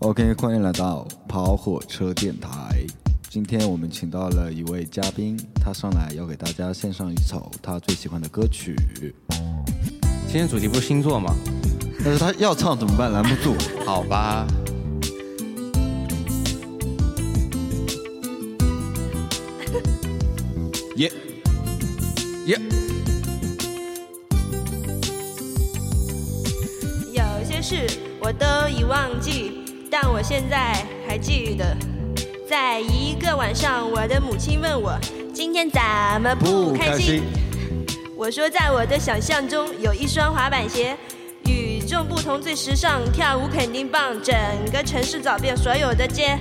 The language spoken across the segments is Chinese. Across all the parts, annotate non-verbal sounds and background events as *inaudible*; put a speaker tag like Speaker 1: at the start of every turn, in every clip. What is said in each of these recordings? Speaker 1: OK，欢迎来到跑火车电台。今天我们请到了一位嘉宾，他上来要给大家献上一首他最喜欢的歌曲，
Speaker 2: 今天主题不是星座吗？
Speaker 1: 但是他要唱怎么办？拦不住。
Speaker 2: 好吧，耶耶，
Speaker 3: 有些事我都已忘记，但我现在还记得。在一个晚上，我的母亲问我今天怎么不开心。我说，在我的想象中有一双滑板鞋，与众不同，最时尚，跳舞肯定棒，整个城市找遍所有的街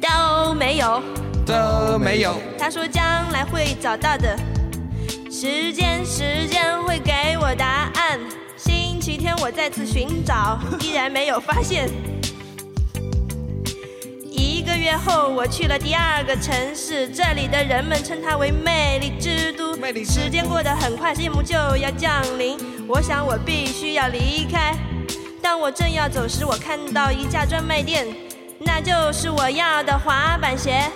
Speaker 3: 都没有。
Speaker 2: 都没有。
Speaker 3: 他说将来会找到的，时间时间会给我答案。星期天我再次寻找，依然没有发现。一个月后，我去了第二个城市，这里的人们称它为魅力之都。
Speaker 2: 魅力之都
Speaker 3: 时间过得很快，夜幕就要降临，我想我必须要离开。当我正要走时，我看到一家专卖店，那就是我要的滑板鞋。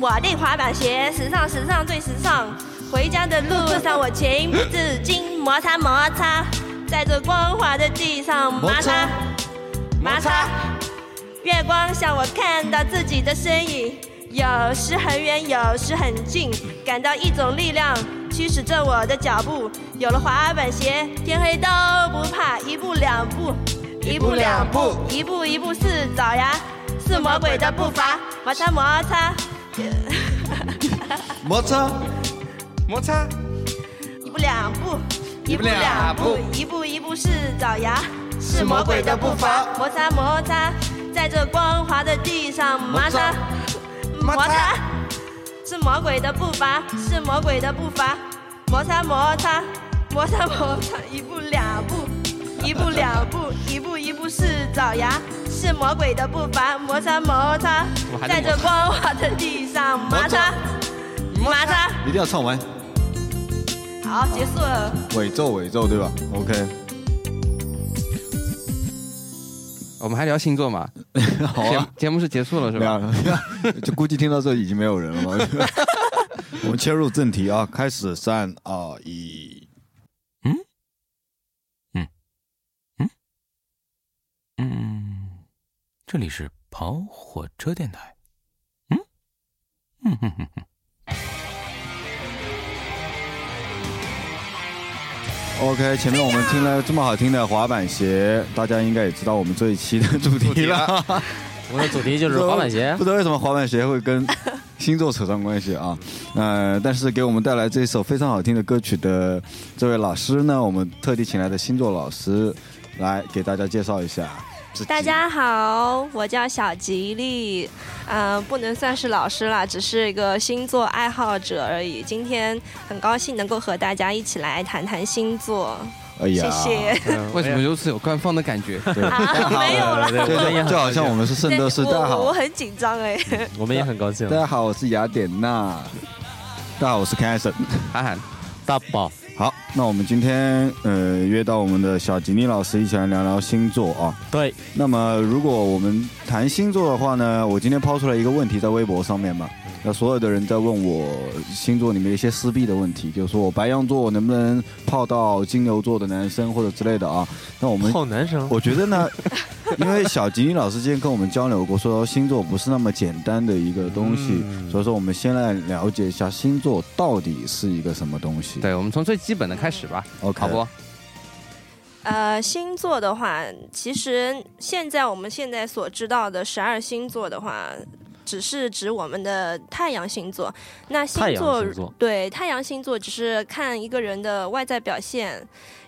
Speaker 3: 我的滑板鞋，时尚时尚最时尚。回家的路上，我情不自禁摩擦摩擦，在这光滑的地上
Speaker 1: 摩
Speaker 3: 摩
Speaker 1: 擦
Speaker 3: 擦摩擦。月光像我看到自己的身影，有时很远，有时很近，感到一种力量驱使着我的脚步。有了滑板鞋，天黑都不怕，一步两步，一
Speaker 2: 步两步，
Speaker 3: 一步一步是爪牙，是魔鬼的步伐，摩擦摩擦。
Speaker 1: 摩擦，
Speaker 2: 摩擦，
Speaker 3: 一步两步，
Speaker 2: 一步两步，
Speaker 3: 一步一步是爪牙，
Speaker 2: 是魔鬼的步伐
Speaker 3: 摩擦摩擦，在这光滑的地上摩擦，
Speaker 2: 摩擦
Speaker 3: 是魔鬼的步伐，是魔鬼的步伐，摩擦摩擦，摩擦摩擦，一步两步。一步两步，一步一步是爪牙，是魔鬼的步伐，摩擦摩擦
Speaker 2: 我，还在
Speaker 3: 在这
Speaker 2: 摩
Speaker 3: 光滑的地上摩擦，摩擦，
Speaker 1: 一定要唱完。
Speaker 3: 好，结束了。
Speaker 1: 尾奏，尾奏，对吧？OK，
Speaker 2: 我们还聊星座吗？
Speaker 1: 好
Speaker 2: 节
Speaker 1: 啊。
Speaker 2: 节目是结束了是
Speaker 1: 没有
Speaker 2: 吧？
Speaker 1: 了， *laughs* 就估计听到这已经没有人了 *laughs* 吧。我们切入正题啊，开始，三二一。
Speaker 4: 嗯，这里是跑火车电台。嗯，嗯哼哼哼，
Speaker 1: OK，前面我们听了这么好听的滑板鞋，大家应该也知道我们这一期的主题了。
Speaker 5: *laughs* 我的主题就是滑板鞋
Speaker 1: 不。知道为什么滑板鞋会跟星座扯上关系啊。呃，但是给我们带来这首非常好听的歌曲的这位老师呢，我们特地请来的星座老师来给大家介绍一下自己。
Speaker 3: 大家好，我叫小吉利，嗯、不能算是老师啦，只是一个星座爱好者而已。今天很高兴能够和大家一起来谈谈星座，
Speaker 1: 哎
Speaker 3: 谢
Speaker 1: 呀，
Speaker 3: 谢。
Speaker 5: *laughs*
Speaker 2: 为什么如此有官方的感觉？
Speaker 1: 对。
Speaker 3: 啊， *laughs* 没
Speaker 1: *laughs*
Speaker 3: 有啦，
Speaker 5: 对
Speaker 1: 对
Speaker 5: 我们也
Speaker 1: 对，
Speaker 5: 很
Speaker 1: 就好像我们是圣斗士。
Speaker 3: 我
Speaker 1: 大家
Speaker 3: 我我
Speaker 1: 好，
Speaker 3: 很紧张哎、
Speaker 5: 我们也很高兴
Speaker 1: 大。家好，我是雅典娜。大家好，我是 Cason。
Speaker 2: 韩寒，
Speaker 5: 大宝，
Speaker 1: 好，那我们今天呃约到我们的小吉尼老师一起来聊聊星座啊。
Speaker 5: 对，
Speaker 1: 那么如果我们谈星座的话呢，我今天抛出来一个问题在微博上面嘛，
Speaker 2: 嗯
Speaker 1: 那所有的人在问我星座里面一些撕逼的问题，比如说我白羊座能不能泡到金牛座的男生或者之类的啊。那我们
Speaker 5: 好男生，
Speaker 1: 我觉得呢， *laughs* 因为小吉尼老师之前跟我们交流过，说星座不是那么简单的一个东西，
Speaker 5: 嗯
Speaker 1: 所以说我们先来了解一下星座到底是一个什么东西。
Speaker 2: 对，我们从最基本的开始吧，
Speaker 1: ，OK，
Speaker 2: 好不？
Speaker 3: 呃，星座的话，其实现在我们现在所知道的十二星座的话，只是指我们的太阳星座。那
Speaker 5: 太
Speaker 3: 星
Speaker 5: 阳
Speaker 3: 座
Speaker 5: 星座
Speaker 3: 对太阳星座只是看一个人的外在表现，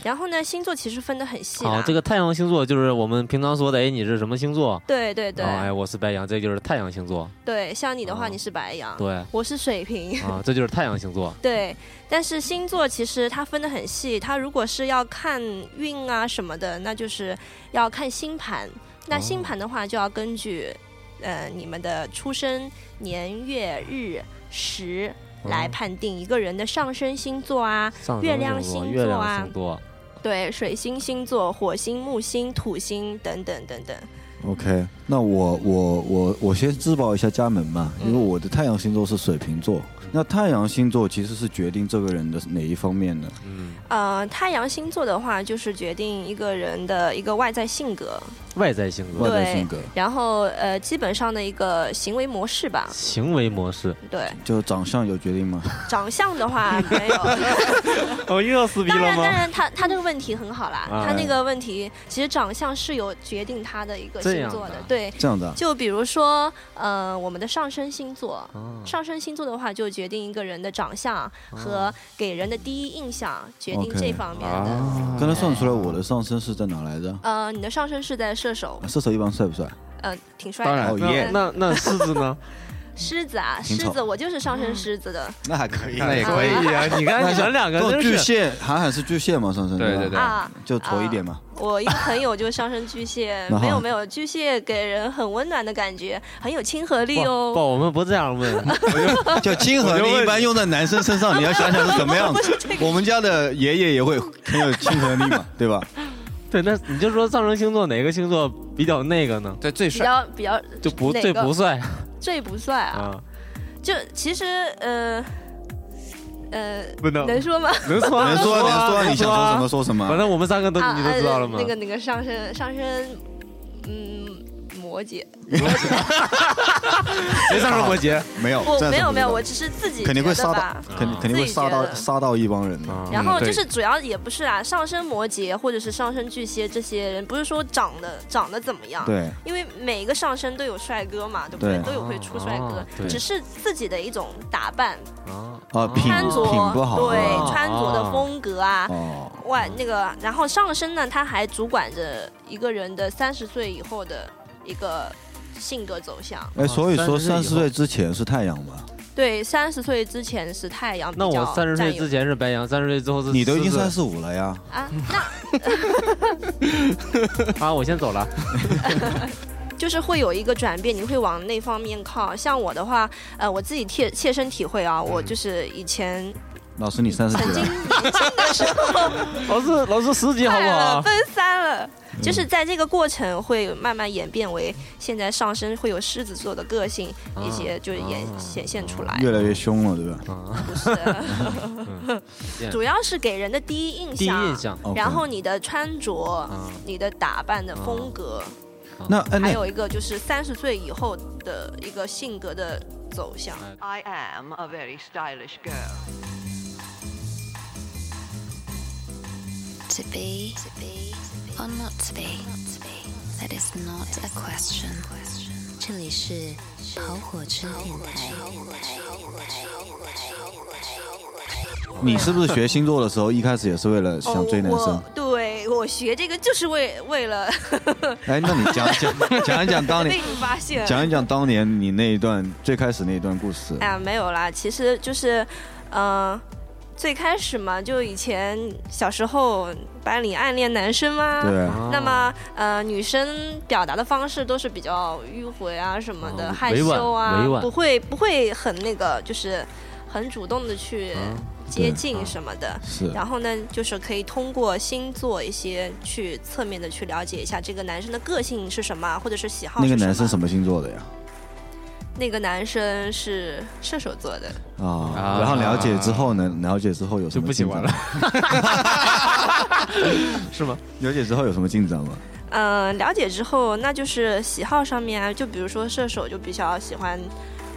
Speaker 3: 然后呢，星座其实分得很细啦。
Speaker 5: 好，哦这个太阳星座就是我们平常说的，哎，你是什么星座？
Speaker 3: 对对对、
Speaker 5: 啊哎，我是白羊，这就是太阳星座。
Speaker 3: 对，像你的话，
Speaker 5: 哦
Speaker 3: 你是白羊，
Speaker 5: 对，
Speaker 3: 我是水瓶。
Speaker 5: 啊，这就是太阳星座。
Speaker 3: 对，但是星座其实它分得很细，它如果是要看运啊什么的，那就是要看星盘。那星盘的话，就要根据、呃你们的出生年月日时
Speaker 5: 哦
Speaker 3: 来判定一个人的上升星座啊，
Speaker 5: 嗯上升
Speaker 3: 月亮
Speaker 5: 星
Speaker 3: 星
Speaker 5: 月
Speaker 3: 座啊
Speaker 5: 亮星座，
Speaker 3: 对，水星星座、火星、木星、土星等等等等。
Speaker 1: OK，那我我我我先自报一下家门吧，因为我的太阳星座是水瓶座。那太阳星座其实是决定这个人的哪一方面呢？
Speaker 5: 嗯，
Speaker 3: 呃，太阳星座的话，就是决定一个人的一个外在性格，
Speaker 5: 外在性
Speaker 1: 外
Speaker 5: 格、
Speaker 1: 在性格，
Speaker 3: 然后呃，基本上的一个行为模式吧。
Speaker 5: 行为模式。
Speaker 3: 对，
Speaker 1: 就长相有决定吗？ *laughs*
Speaker 3: 长相的话没有，
Speaker 5: 哦，又要撕逼
Speaker 3: 当
Speaker 5: 了
Speaker 3: 然当
Speaker 5: 吗？
Speaker 3: 然，他他这个问题很好啦，
Speaker 5: 啊
Speaker 3: 他那个问题其实长相是有决定他的一个
Speaker 5: 这
Speaker 3: 星
Speaker 5: 样
Speaker 3: 座的
Speaker 5: 的，
Speaker 3: 对。
Speaker 1: 这样的、啊，
Speaker 3: 就比如说，呃，我们的上升星座，
Speaker 5: 啊
Speaker 3: 上升星座的话，就决定一个人的长相和给人的第一印象，决定
Speaker 1: OK
Speaker 3: 这方面的。
Speaker 2: 啊，
Speaker 1: 刚才算出来我的上升是在哪来的？
Speaker 3: 呃，你的上升是在射手，
Speaker 1: 射手一般帅不帅？
Speaker 3: 呃，挺帅
Speaker 2: 当
Speaker 3: 的。
Speaker 2: 然
Speaker 1: 哦
Speaker 5: 那
Speaker 2: 耶，
Speaker 5: 那那狮子呢？
Speaker 3: 狮子啊，狮
Speaker 1: 挺丑
Speaker 3: 子，我就是上升狮子的
Speaker 1: 那还可以啊
Speaker 2: 那也可以
Speaker 5: 呀，
Speaker 2: *laughs*
Speaker 5: 你看你们两个
Speaker 1: 那
Speaker 5: 真
Speaker 1: 哦巨
Speaker 5: 是
Speaker 1: 蟹，韩寒是巨蟹嘛？上升
Speaker 2: 对
Speaker 1: 吧
Speaker 2: 对对
Speaker 3: 啊。
Speaker 1: 就矬一点嘛。，
Speaker 3: 我一个朋友就是上升巨蟹
Speaker 1: 然后
Speaker 3: 没有没有，巨蟹给人很温暖的感觉，很有亲和力
Speaker 5: 不不，
Speaker 3: 哦。
Speaker 5: 我们不这样问，
Speaker 1: 就亲和力一般用在男生身上，你要想想是怎么样子。我们家的爷爷也会很有亲和力嘛，对吧？
Speaker 5: 对，那你就说上升星座哪个星座比较那个呢？
Speaker 2: 对最
Speaker 3: 比
Speaker 2: 帅，
Speaker 3: 较比较
Speaker 5: 就不
Speaker 3: 哪
Speaker 5: 最
Speaker 3: 个
Speaker 5: 不帅
Speaker 3: 最不帅啊，
Speaker 5: 啊，
Speaker 3: 就其实呃呃，
Speaker 5: 不能
Speaker 3: 能说吗？
Speaker 5: 能说啊
Speaker 1: 能说能说，你想说什？
Speaker 5: 啊
Speaker 1: 么说什
Speaker 5: 反
Speaker 1: 么。
Speaker 5: 正我们三个都
Speaker 3: 啊
Speaker 5: 你都知道了吗
Speaker 3: 呃？那个那个上升上升，嗯，摩羯，
Speaker 5: 谁上升摩羯？
Speaker 1: 没有，
Speaker 3: 我
Speaker 1: 暂时
Speaker 3: 没有
Speaker 1: 不
Speaker 3: 没有，
Speaker 1: 知道
Speaker 3: 我只是自己
Speaker 1: 肯定会
Speaker 3: 觉
Speaker 1: 杀
Speaker 3: 得吧
Speaker 1: 到，肯定肯定会杀
Speaker 3: 自己觉
Speaker 1: 到
Speaker 3: 得
Speaker 1: 杀到一帮人的。
Speaker 5: 啊
Speaker 3: *laughs* 然后
Speaker 2: 对
Speaker 3: 就是主要也不是啊，上升摩羯或者是上升巨蟹这些人，不是说长得长得怎么样，
Speaker 1: 对，
Speaker 3: 因为每一个上升都有帅哥嘛，对不对？
Speaker 1: 对
Speaker 3: 都有会出帅哥
Speaker 5: 哦对，
Speaker 3: 只是自己的一种打扮、
Speaker 5: 啊
Speaker 1: 啊品
Speaker 3: 穿着，
Speaker 1: 品不好
Speaker 3: 对
Speaker 5: 哦
Speaker 1: 啊
Speaker 3: 穿着的风格啊，
Speaker 1: 哦，
Speaker 3: 外那个，然后上升呢，他还主管着一个人的三十岁以后的一个性格走向。
Speaker 1: 哎，所以说
Speaker 5: 30岁以后
Speaker 1: 三十岁之前是太阳吧？
Speaker 3: 对，三十岁之前是太阳比
Speaker 5: 那
Speaker 3: 较占有，
Speaker 5: 我三十岁之前是白羊，三十岁之后是
Speaker 1: 你都已经
Speaker 5: 狮子
Speaker 1: 三十五了呀，
Speaker 3: 啊，那
Speaker 5: 啊，我先走了。
Speaker 3: 就是会有一个转变，你会往那方面靠。像我的话，呃，我自己切切身体会啊，
Speaker 5: 嗯
Speaker 3: 我就是以前
Speaker 1: 老师你三十几
Speaker 3: 曾经
Speaker 1: 了？
Speaker 3: 年轻的时候
Speaker 5: 老师，老师十级好嗯不好？
Speaker 3: 奔三了。就是在这个过程会慢慢演变为现在上升会有狮子座的个性一些就是演
Speaker 5: 啊
Speaker 3: 显现出来，
Speaker 1: 越来越凶了，对吧？
Speaker 5: 啊
Speaker 3: 不是， *laughs* 主要是给人的第一印
Speaker 5: 嗯第一
Speaker 3: 象，
Speaker 5: 印象
Speaker 1: OK
Speaker 3: 然后你的穿着、
Speaker 5: 啊，嗯
Speaker 3: 你的打扮的风格，
Speaker 1: 那哎
Speaker 3: 还
Speaker 1: 那
Speaker 3: 有一个就是三十岁以后的一个性格的走向。
Speaker 6: I am a very stylish girl.
Speaker 7: To be, or not to be, that is not a question. 这里是跑火车电台。
Speaker 1: 你是不是学星座的时候，一开始也是为了
Speaker 3: 哦
Speaker 1: 想追男生
Speaker 3: 我？对我学这个就是为为了
Speaker 1: 哎，那你讲
Speaker 3: *laughs*
Speaker 1: 讲讲一讲当
Speaker 3: 被
Speaker 1: 年，
Speaker 3: 你发现。
Speaker 1: 讲一讲当年你那一段最开始那一段故事
Speaker 3: 哎。呀，没有啦，其实就是，嗯、最开始嘛，就以前小时候班里暗恋男生嘛。
Speaker 1: 对，啊
Speaker 3: 那
Speaker 5: 啊
Speaker 3: 么，呃，女生表达的方式都是比较迂回啊什么
Speaker 1: 嗯
Speaker 3: 的，
Speaker 5: 哦
Speaker 3: 害
Speaker 5: 委婉
Speaker 3: 羞啊
Speaker 5: 委，婉
Speaker 3: 不会不会很那个，就是很主动的去接
Speaker 1: 对
Speaker 3: 近
Speaker 5: 啊
Speaker 3: 什么的。
Speaker 1: 是
Speaker 3: 然后呢，就是可以通过星座一些去侧面的去了解一下这个男生的个性是什么，或者是喜好
Speaker 1: 那
Speaker 3: 是
Speaker 1: 个
Speaker 3: 什么。
Speaker 1: 男生什么星座的呀？
Speaker 3: 那个男生是射手座的，
Speaker 1: 啊
Speaker 2: 啊，
Speaker 1: 然后了解之后呢？了解之后有什
Speaker 5: 就
Speaker 1: 么
Speaker 5: 不喜
Speaker 1: 进
Speaker 5: 欢
Speaker 1: 展
Speaker 5: 了
Speaker 1: 吗？， *laughs*
Speaker 5: 是吗？
Speaker 1: 了解之后有什么进展吗？
Speaker 3: 嗯、了解之后，那就是喜好上面啊，就比如说射手就比较喜欢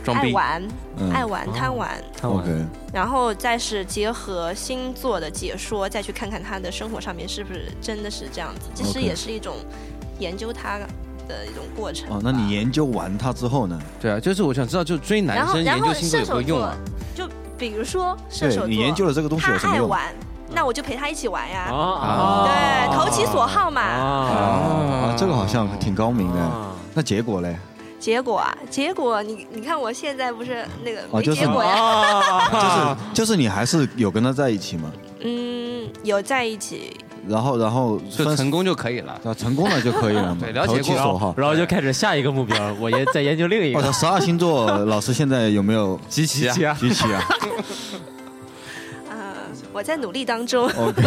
Speaker 2: 装
Speaker 3: 爱
Speaker 2: 逼，
Speaker 3: 玩、
Speaker 1: 嗯
Speaker 3: 爱玩、贪玩，
Speaker 5: 看我
Speaker 1: ，OK，
Speaker 3: 然后再是结合星座的解说，再去看看他的生活上面是不是真的是这样子，其实
Speaker 1: OK
Speaker 3: 也是一种研究他的一种过程吧。
Speaker 1: 哦，那你研究完他之后呢？
Speaker 2: 对啊，就是我想知道，就追
Speaker 3: 然
Speaker 2: 男
Speaker 3: 后
Speaker 2: 生
Speaker 3: 然
Speaker 2: 研
Speaker 3: 后
Speaker 2: 究星座
Speaker 3: 射
Speaker 2: 有没
Speaker 3: 手
Speaker 2: 有用
Speaker 3: 座
Speaker 2: 啊？，
Speaker 3: 就比如说射
Speaker 1: 对
Speaker 3: 手座，
Speaker 1: 你研究了这个东西有什
Speaker 3: 他
Speaker 1: 么
Speaker 3: 爱
Speaker 1: 用？啊嗯哦
Speaker 3: 玩，那我就陪他一起玩呀，
Speaker 5: 啊
Speaker 3: 对，投其所好嘛。
Speaker 1: 啊
Speaker 5: 啊，，
Speaker 1: 这个好像挺高明的。
Speaker 5: 啊
Speaker 1: 那结果嘞？
Speaker 3: 结果啊，结果你你看我现在不是那个
Speaker 1: 哦
Speaker 3: 没
Speaker 1: 就是
Speaker 3: 结果呀，
Speaker 2: 啊
Speaker 1: 就是就是你还是有跟他在一起嘛？
Speaker 3: 嗯，有在一起，
Speaker 1: 然后然后
Speaker 2: 就
Speaker 1: 分
Speaker 2: 成功就可以
Speaker 1: *laughs*
Speaker 2: 了。
Speaker 1: 啊成功了就可以了嘛
Speaker 2: *laughs* 对了？解
Speaker 1: 投
Speaker 2: 过
Speaker 1: 其所好。哦
Speaker 5: 然后就开始下一个目标，我也在研究另一
Speaker 1: 我
Speaker 5: 个
Speaker 1: 操，十二星座老师现在有没有
Speaker 2: 集齐啊，
Speaker 1: 集齐啊
Speaker 3: 呃，我在努力当中。
Speaker 1: ？OK，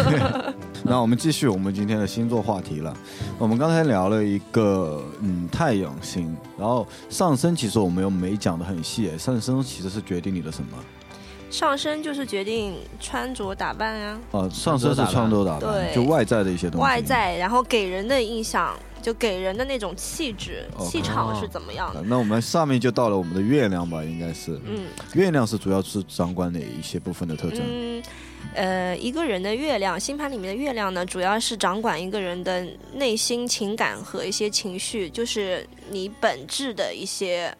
Speaker 1: 那我们继续我们今天的星座话题了。我们刚才聊了一个嗯太阳星，然后上升其实我们又没讲的很细，上升其实是决定你的什么？
Speaker 3: *laughs* 上升就是决定穿着打扮啊，
Speaker 1: 呃，上升是穿着打扮，
Speaker 3: 对
Speaker 1: 就外在的一些东西。
Speaker 3: 外在，然后给人的印象，就给人的那种气质、
Speaker 1: OK
Speaker 3: 气场是怎么样的？
Speaker 1: 啊。那我们上面就到了我们的月亮吧，应该是
Speaker 3: 嗯
Speaker 1: 月亮是主要是相关哪一些部分的特征？
Speaker 3: 嗯，呃，一个人的月亮，星盘里面的月亮呢，主要是掌管一个人的内心情感和一些情绪，就是你本质的一些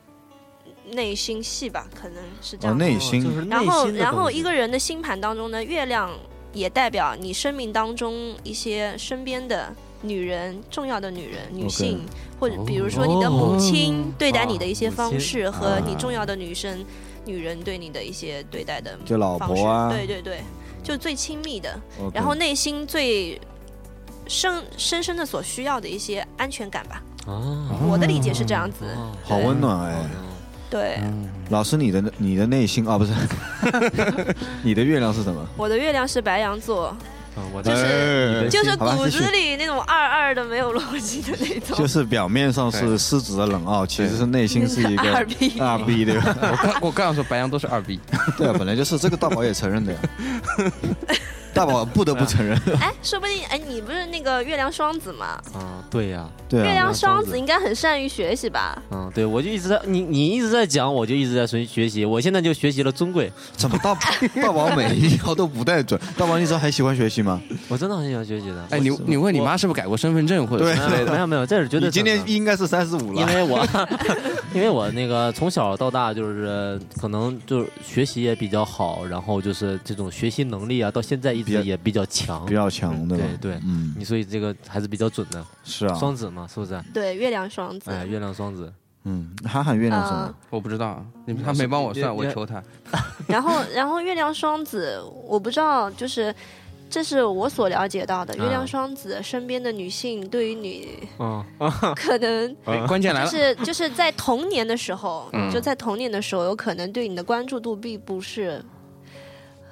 Speaker 3: 内心戏吧，可能是这
Speaker 1: 哦，
Speaker 3: 样的。
Speaker 1: 内心、
Speaker 5: 就是内
Speaker 3: 然后，
Speaker 5: 心的
Speaker 3: 然后
Speaker 5: 东西
Speaker 3: 一个人的星盘当中呢，月亮也代表你生命当中一些身边的女人，重要的女人、女
Speaker 1: OK
Speaker 3: 性或者比如说你的母亲对待你的一些
Speaker 5: 啊母
Speaker 3: 方
Speaker 5: 亲
Speaker 3: 式，和你
Speaker 1: 啊
Speaker 3: 重要的女生、女人对你的一些对待的
Speaker 1: 就老
Speaker 3: 方式。
Speaker 1: 婆啊，哦
Speaker 3: 对对对，就最亲密的，
Speaker 1: OK
Speaker 3: 然后内心最深深深的所需要的一些安全感吧。
Speaker 5: 啊，
Speaker 3: 我的理解是这样子。
Speaker 1: 好温暖哎。
Speaker 3: 对，
Speaker 1: 老师，你的你的内心啊，
Speaker 3: *laughs*
Speaker 1: 不是， *laughs* 你的月亮是什么？哎
Speaker 3: 我的月亮是白羊座，
Speaker 5: 啊我
Speaker 3: 就
Speaker 1: 是
Speaker 3: 是就是骨子
Speaker 1: 里，
Speaker 3: 里那种二二的没有逻辑的那
Speaker 1: *laughs*
Speaker 3: 种，
Speaker 1: 就是表面上是狮子的冷傲，其实是内心是一个
Speaker 3: 二逼。
Speaker 1: *laughs* 二逼，对吧？
Speaker 2: 我刚我刚想说白羊都是二逼，
Speaker 1: *laughs* 对啊，本来就是这个大宝也承认 *laughs* 的呀，大宝不得不承认，
Speaker 3: 哎，说不定哎，你不是那个月亮双子吗？
Speaker 5: 啊，对呀，
Speaker 1: 对
Speaker 3: 月
Speaker 1: 啊，
Speaker 3: 亮双
Speaker 5: 双
Speaker 3: 子
Speaker 5: 子
Speaker 3: 应该很善于学习吧？
Speaker 5: 嗯，对，我就一直在你你一直在讲，我就一直在学学习，我现在就学习了尊贵，
Speaker 1: 怎么
Speaker 3: *laughs*
Speaker 1: 大大宝每一条都不带准？大宝，你知道还喜欢学习吗？
Speaker 5: 我真的很喜欢学习的。哎
Speaker 2: 哎，你你问你妈是不是改过身份证或者
Speaker 1: 对
Speaker 2: 什么之类
Speaker 5: 没
Speaker 2: 的？
Speaker 5: 有没有，这是绝对
Speaker 1: 你今
Speaker 5: 正
Speaker 1: 天
Speaker 5: 常
Speaker 1: 应该是三十五
Speaker 5: 因
Speaker 1: 了，
Speaker 5: 为我
Speaker 1: *laughs*
Speaker 5: 因为我那个从小到大就是可能就是学习也比较好，然后就是这种学习能力啊，到现在一
Speaker 1: 比较
Speaker 5: 直也比较强
Speaker 1: 比。较强，对吧？
Speaker 5: 对对
Speaker 1: 嗯，
Speaker 5: 你所以这个还是比较准的，
Speaker 1: 是啊，
Speaker 5: 双子嘛，是不是？
Speaker 3: 对，月亮双子。
Speaker 5: 哎，月亮双子，
Speaker 1: 嗯，韩寒月亮什么？
Speaker 2: 我不知道，啊你们他没帮我算，
Speaker 5: 你
Speaker 2: 我求他。
Speaker 3: 然后，然后月亮双子，我不知道，就是这是我所了解到的，月亮双子身边的女性对于你，
Speaker 5: 嗯，
Speaker 3: 可能
Speaker 2: 哎关键来
Speaker 3: 就
Speaker 2: 了，
Speaker 3: 是就是在童年的时候，
Speaker 2: 嗯
Speaker 3: 就在童年的时候，有可能对你的关注度并不是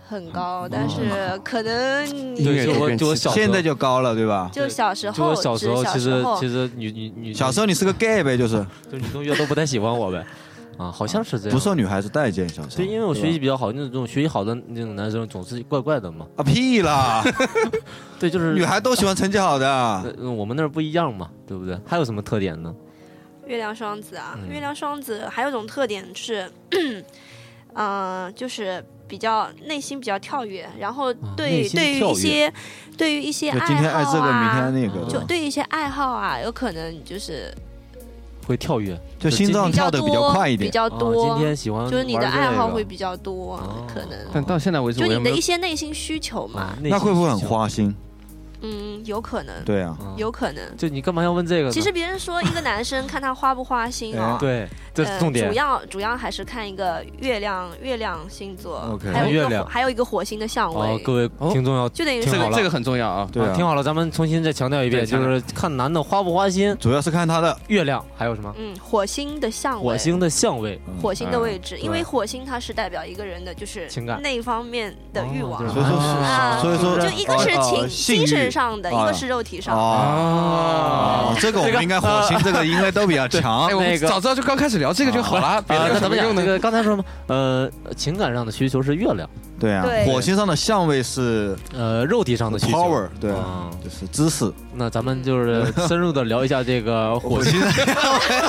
Speaker 3: 很高，但是可能你
Speaker 2: 对
Speaker 5: 对，就
Speaker 2: 就
Speaker 5: 我
Speaker 2: 跟
Speaker 5: 就我
Speaker 2: 其
Speaker 3: 呃
Speaker 5: 小时候
Speaker 1: 现在就高了，对吧？
Speaker 3: 就小时
Speaker 5: 就
Speaker 3: 候，
Speaker 5: 我小时
Speaker 3: 只
Speaker 5: 候
Speaker 3: 是小
Speaker 5: 其实
Speaker 3: 候
Speaker 5: 其实女女女
Speaker 1: 小时候你是个 gay 呗，就是
Speaker 5: 就女同学都不太喜欢我呗，啊，好像是这样。
Speaker 1: 不受女孩子待见，小时候。
Speaker 5: 对，因为我
Speaker 1: 吧
Speaker 5: 学习比较好，那种学习好的那种男生总是怪怪的嘛。
Speaker 1: 啊屁 *laughs* 啦，
Speaker 5: 对，就是
Speaker 1: 女孩都喜欢成绩好
Speaker 3: *laughs*
Speaker 1: 的。
Speaker 5: 呃我们那儿不一样嘛，对不对？还有什么特点呢？
Speaker 3: 月亮双子啊，
Speaker 5: 嗯
Speaker 3: 月亮双子还有一种特点是， *clears throat* 嗯、就是比较内心比较跳跃，然后
Speaker 1: 啊
Speaker 3: 对、
Speaker 5: 内心
Speaker 3: 对于
Speaker 5: 跳跃
Speaker 3: 一些对于一些
Speaker 1: 就
Speaker 3: 爱好啊，
Speaker 1: 今天爱这个，明天爱那
Speaker 5: 啊
Speaker 1: 个，
Speaker 3: 就
Speaker 1: 吧
Speaker 3: 对一些爱好啊，有可能就是
Speaker 5: 会跳跃，
Speaker 1: 就心脏
Speaker 3: 比较
Speaker 1: 跳
Speaker 3: 多
Speaker 1: 的比较快一点
Speaker 3: 比。较
Speaker 5: 啊
Speaker 3: 多，
Speaker 5: 今天喜欢
Speaker 3: 就是你的
Speaker 5: 玩这
Speaker 3: 爱好
Speaker 5: 个
Speaker 3: 会比较多，
Speaker 5: 哦
Speaker 3: 可能
Speaker 2: 但到现在为止，
Speaker 3: 就
Speaker 2: 我也
Speaker 3: 你的
Speaker 2: 没有
Speaker 3: 一些内心需求嘛
Speaker 5: 啊，
Speaker 1: 那会不会很？
Speaker 5: 内
Speaker 1: 花心？
Speaker 3: 嗯，有可能，
Speaker 1: 对啊，
Speaker 5: 心啊
Speaker 3: 有可能。
Speaker 5: 就你干嘛要问这个呢？
Speaker 3: 其实别人说一个男生看他花不花心
Speaker 1: 哎
Speaker 3: 啊、
Speaker 5: 对，这是
Speaker 3: 呃
Speaker 5: 重点
Speaker 3: 主。要主要还是看一个月亮月亮星座
Speaker 1: OK
Speaker 3: 还有一
Speaker 5: 月
Speaker 3: 个
Speaker 5: 亮
Speaker 3: 火还有一个火星的相
Speaker 5: 哦，
Speaker 3: 位，
Speaker 5: 各位听众要
Speaker 3: 就等于
Speaker 5: 挺
Speaker 2: 这
Speaker 5: 好
Speaker 2: 个
Speaker 5: 了
Speaker 2: 这个很重要啊。
Speaker 1: 对
Speaker 5: 听
Speaker 1: 啊，
Speaker 5: 好了，咱们重新再强调一遍，
Speaker 2: 对强
Speaker 5: 就
Speaker 2: 调
Speaker 5: 是看男的花不花心，
Speaker 1: 主要是看他的
Speaker 5: 月亮还有什么
Speaker 3: 嗯火星的相位，
Speaker 5: 火星的相位。
Speaker 3: 火星的位置，
Speaker 5: 嗯
Speaker 3: 因为火星它是代表一个人的就是
Speaker 5: 情感
Speaker 3: 那一方面的欲望
Speaker 5: 哦就是
Speaker 1: 所以说
Speaker 3: 啊，
Speaker 1: 所以说
Speaker 3: 就一个是
Speaker 1: 哦
Speaker 3: 情
Speaker 1: 哦性欲
Speaker 3: 精神上的，一
Speaker 1: 啊
Speaker 3: 个是肉体上的。
Speaker 1: 哦。
Speaker 2: 啊
Speaker 1: 哦，这个我们应该火星，这个应该都比较强
Speaker 2: 哎，。我们
Speaker 5: 那个
Speaker 2: 早知道就刚开始聊这个就好了，别
Speaker 5: 啊，
Speaker 2: 的
Speaker 5: 那
Speaker 2: 有什么
Speaker 5: 咱们讲
Speaker 2: 用
Speaker 5: 那
Speaker 2: 呢？
Speaker 5: 个刚才说什么？呃，情感上的需求是月亮，
Speaker 1: 对啊，
Speaker 3: 对
Speaker 1: 火星上的相位是
Speaker 5: 呃，肉体上的需求。
Speaker 1: power，对啊，
Speaker 5: 啊，
Speaker 1: 就是知识。
Speaker 5: 那咱
Speaker 1: *laughs*
Speaker 5: 们就是深入的聊一下这个火
Speaker 1: 火
Speaker 5: 星
Speaker 1: 星， *laughs*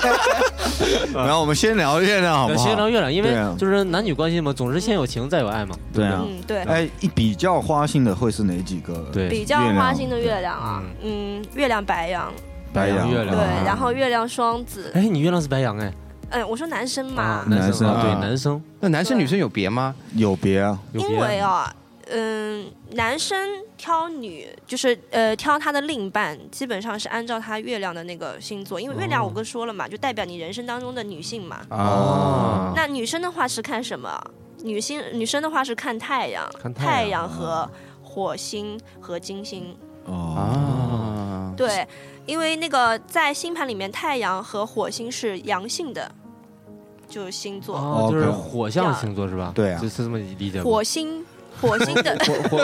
Speaker 1: 然后我们先聊月亮好
Speaker 5: 呃
Speaker 1: 不
Speaker 5: 先
Speaker 1: 好
Speaker 5: 聊？月亮，因
Speaker 1: 对啊
Speaker 5: 为就是男女关系嘛，总是先有情再有爱嘛。
Speaker 1: 对啊，
Speaker 3: 嗯，对，
Speaker 1: 哎，一比较花心的会是哪几个？
Speaker 5: 对
Speaker 3: 比较花心的月亮啊，嗯，月亮白羊，
Speaker 1: 白羊、
Speaker 5: 月
Speaker 3: 对
Speaker 5: 亮，
Speaker 1: 啊
Speaker 3: 然后月亮双子，
Speaker 5: 嗯哎，你月亮是白羊哎，
Speaker 3: 嗯，我说男生嘛，
Speaker 1: 那男
Speaker 5: 男生
Speaker 1: 生
Speaker 5: 啊，对
Speaker 1: 啊
Speaker 5: 男生，
Speaker 2: 那男生女生有别吗？
Speaker 1: 有别啊，
Speaker 5: 有别
Speaker 3: 因为啊，嗯，男生挑女就是呃挑他的另一半，基本上是按照他月亮的那个星座，因为月亮我跟说了嘛，就代表你人生当中的女性嘛。
Speaker 2: 啊，
Speaker 3: 那女生的话是看什么？女性女生的话是看太阳，
Speaker 5: 看太阳
Speaker 3: 和火星和金星。
Speaker 1: 哦，
Speaker 2: 啊，
Speaker 3: 对，因为那个在星盘里面，太阳和火星是阳性的，就是星座。
Speaker 5: 哦，就是
Speaker 1: OK
Speaker 5: 火象星座是吧？
Speaker 1: 对啊
Speaker 5: 就是这么理解吧。
Speaker 3: 火星火星的
Speaker 2: 火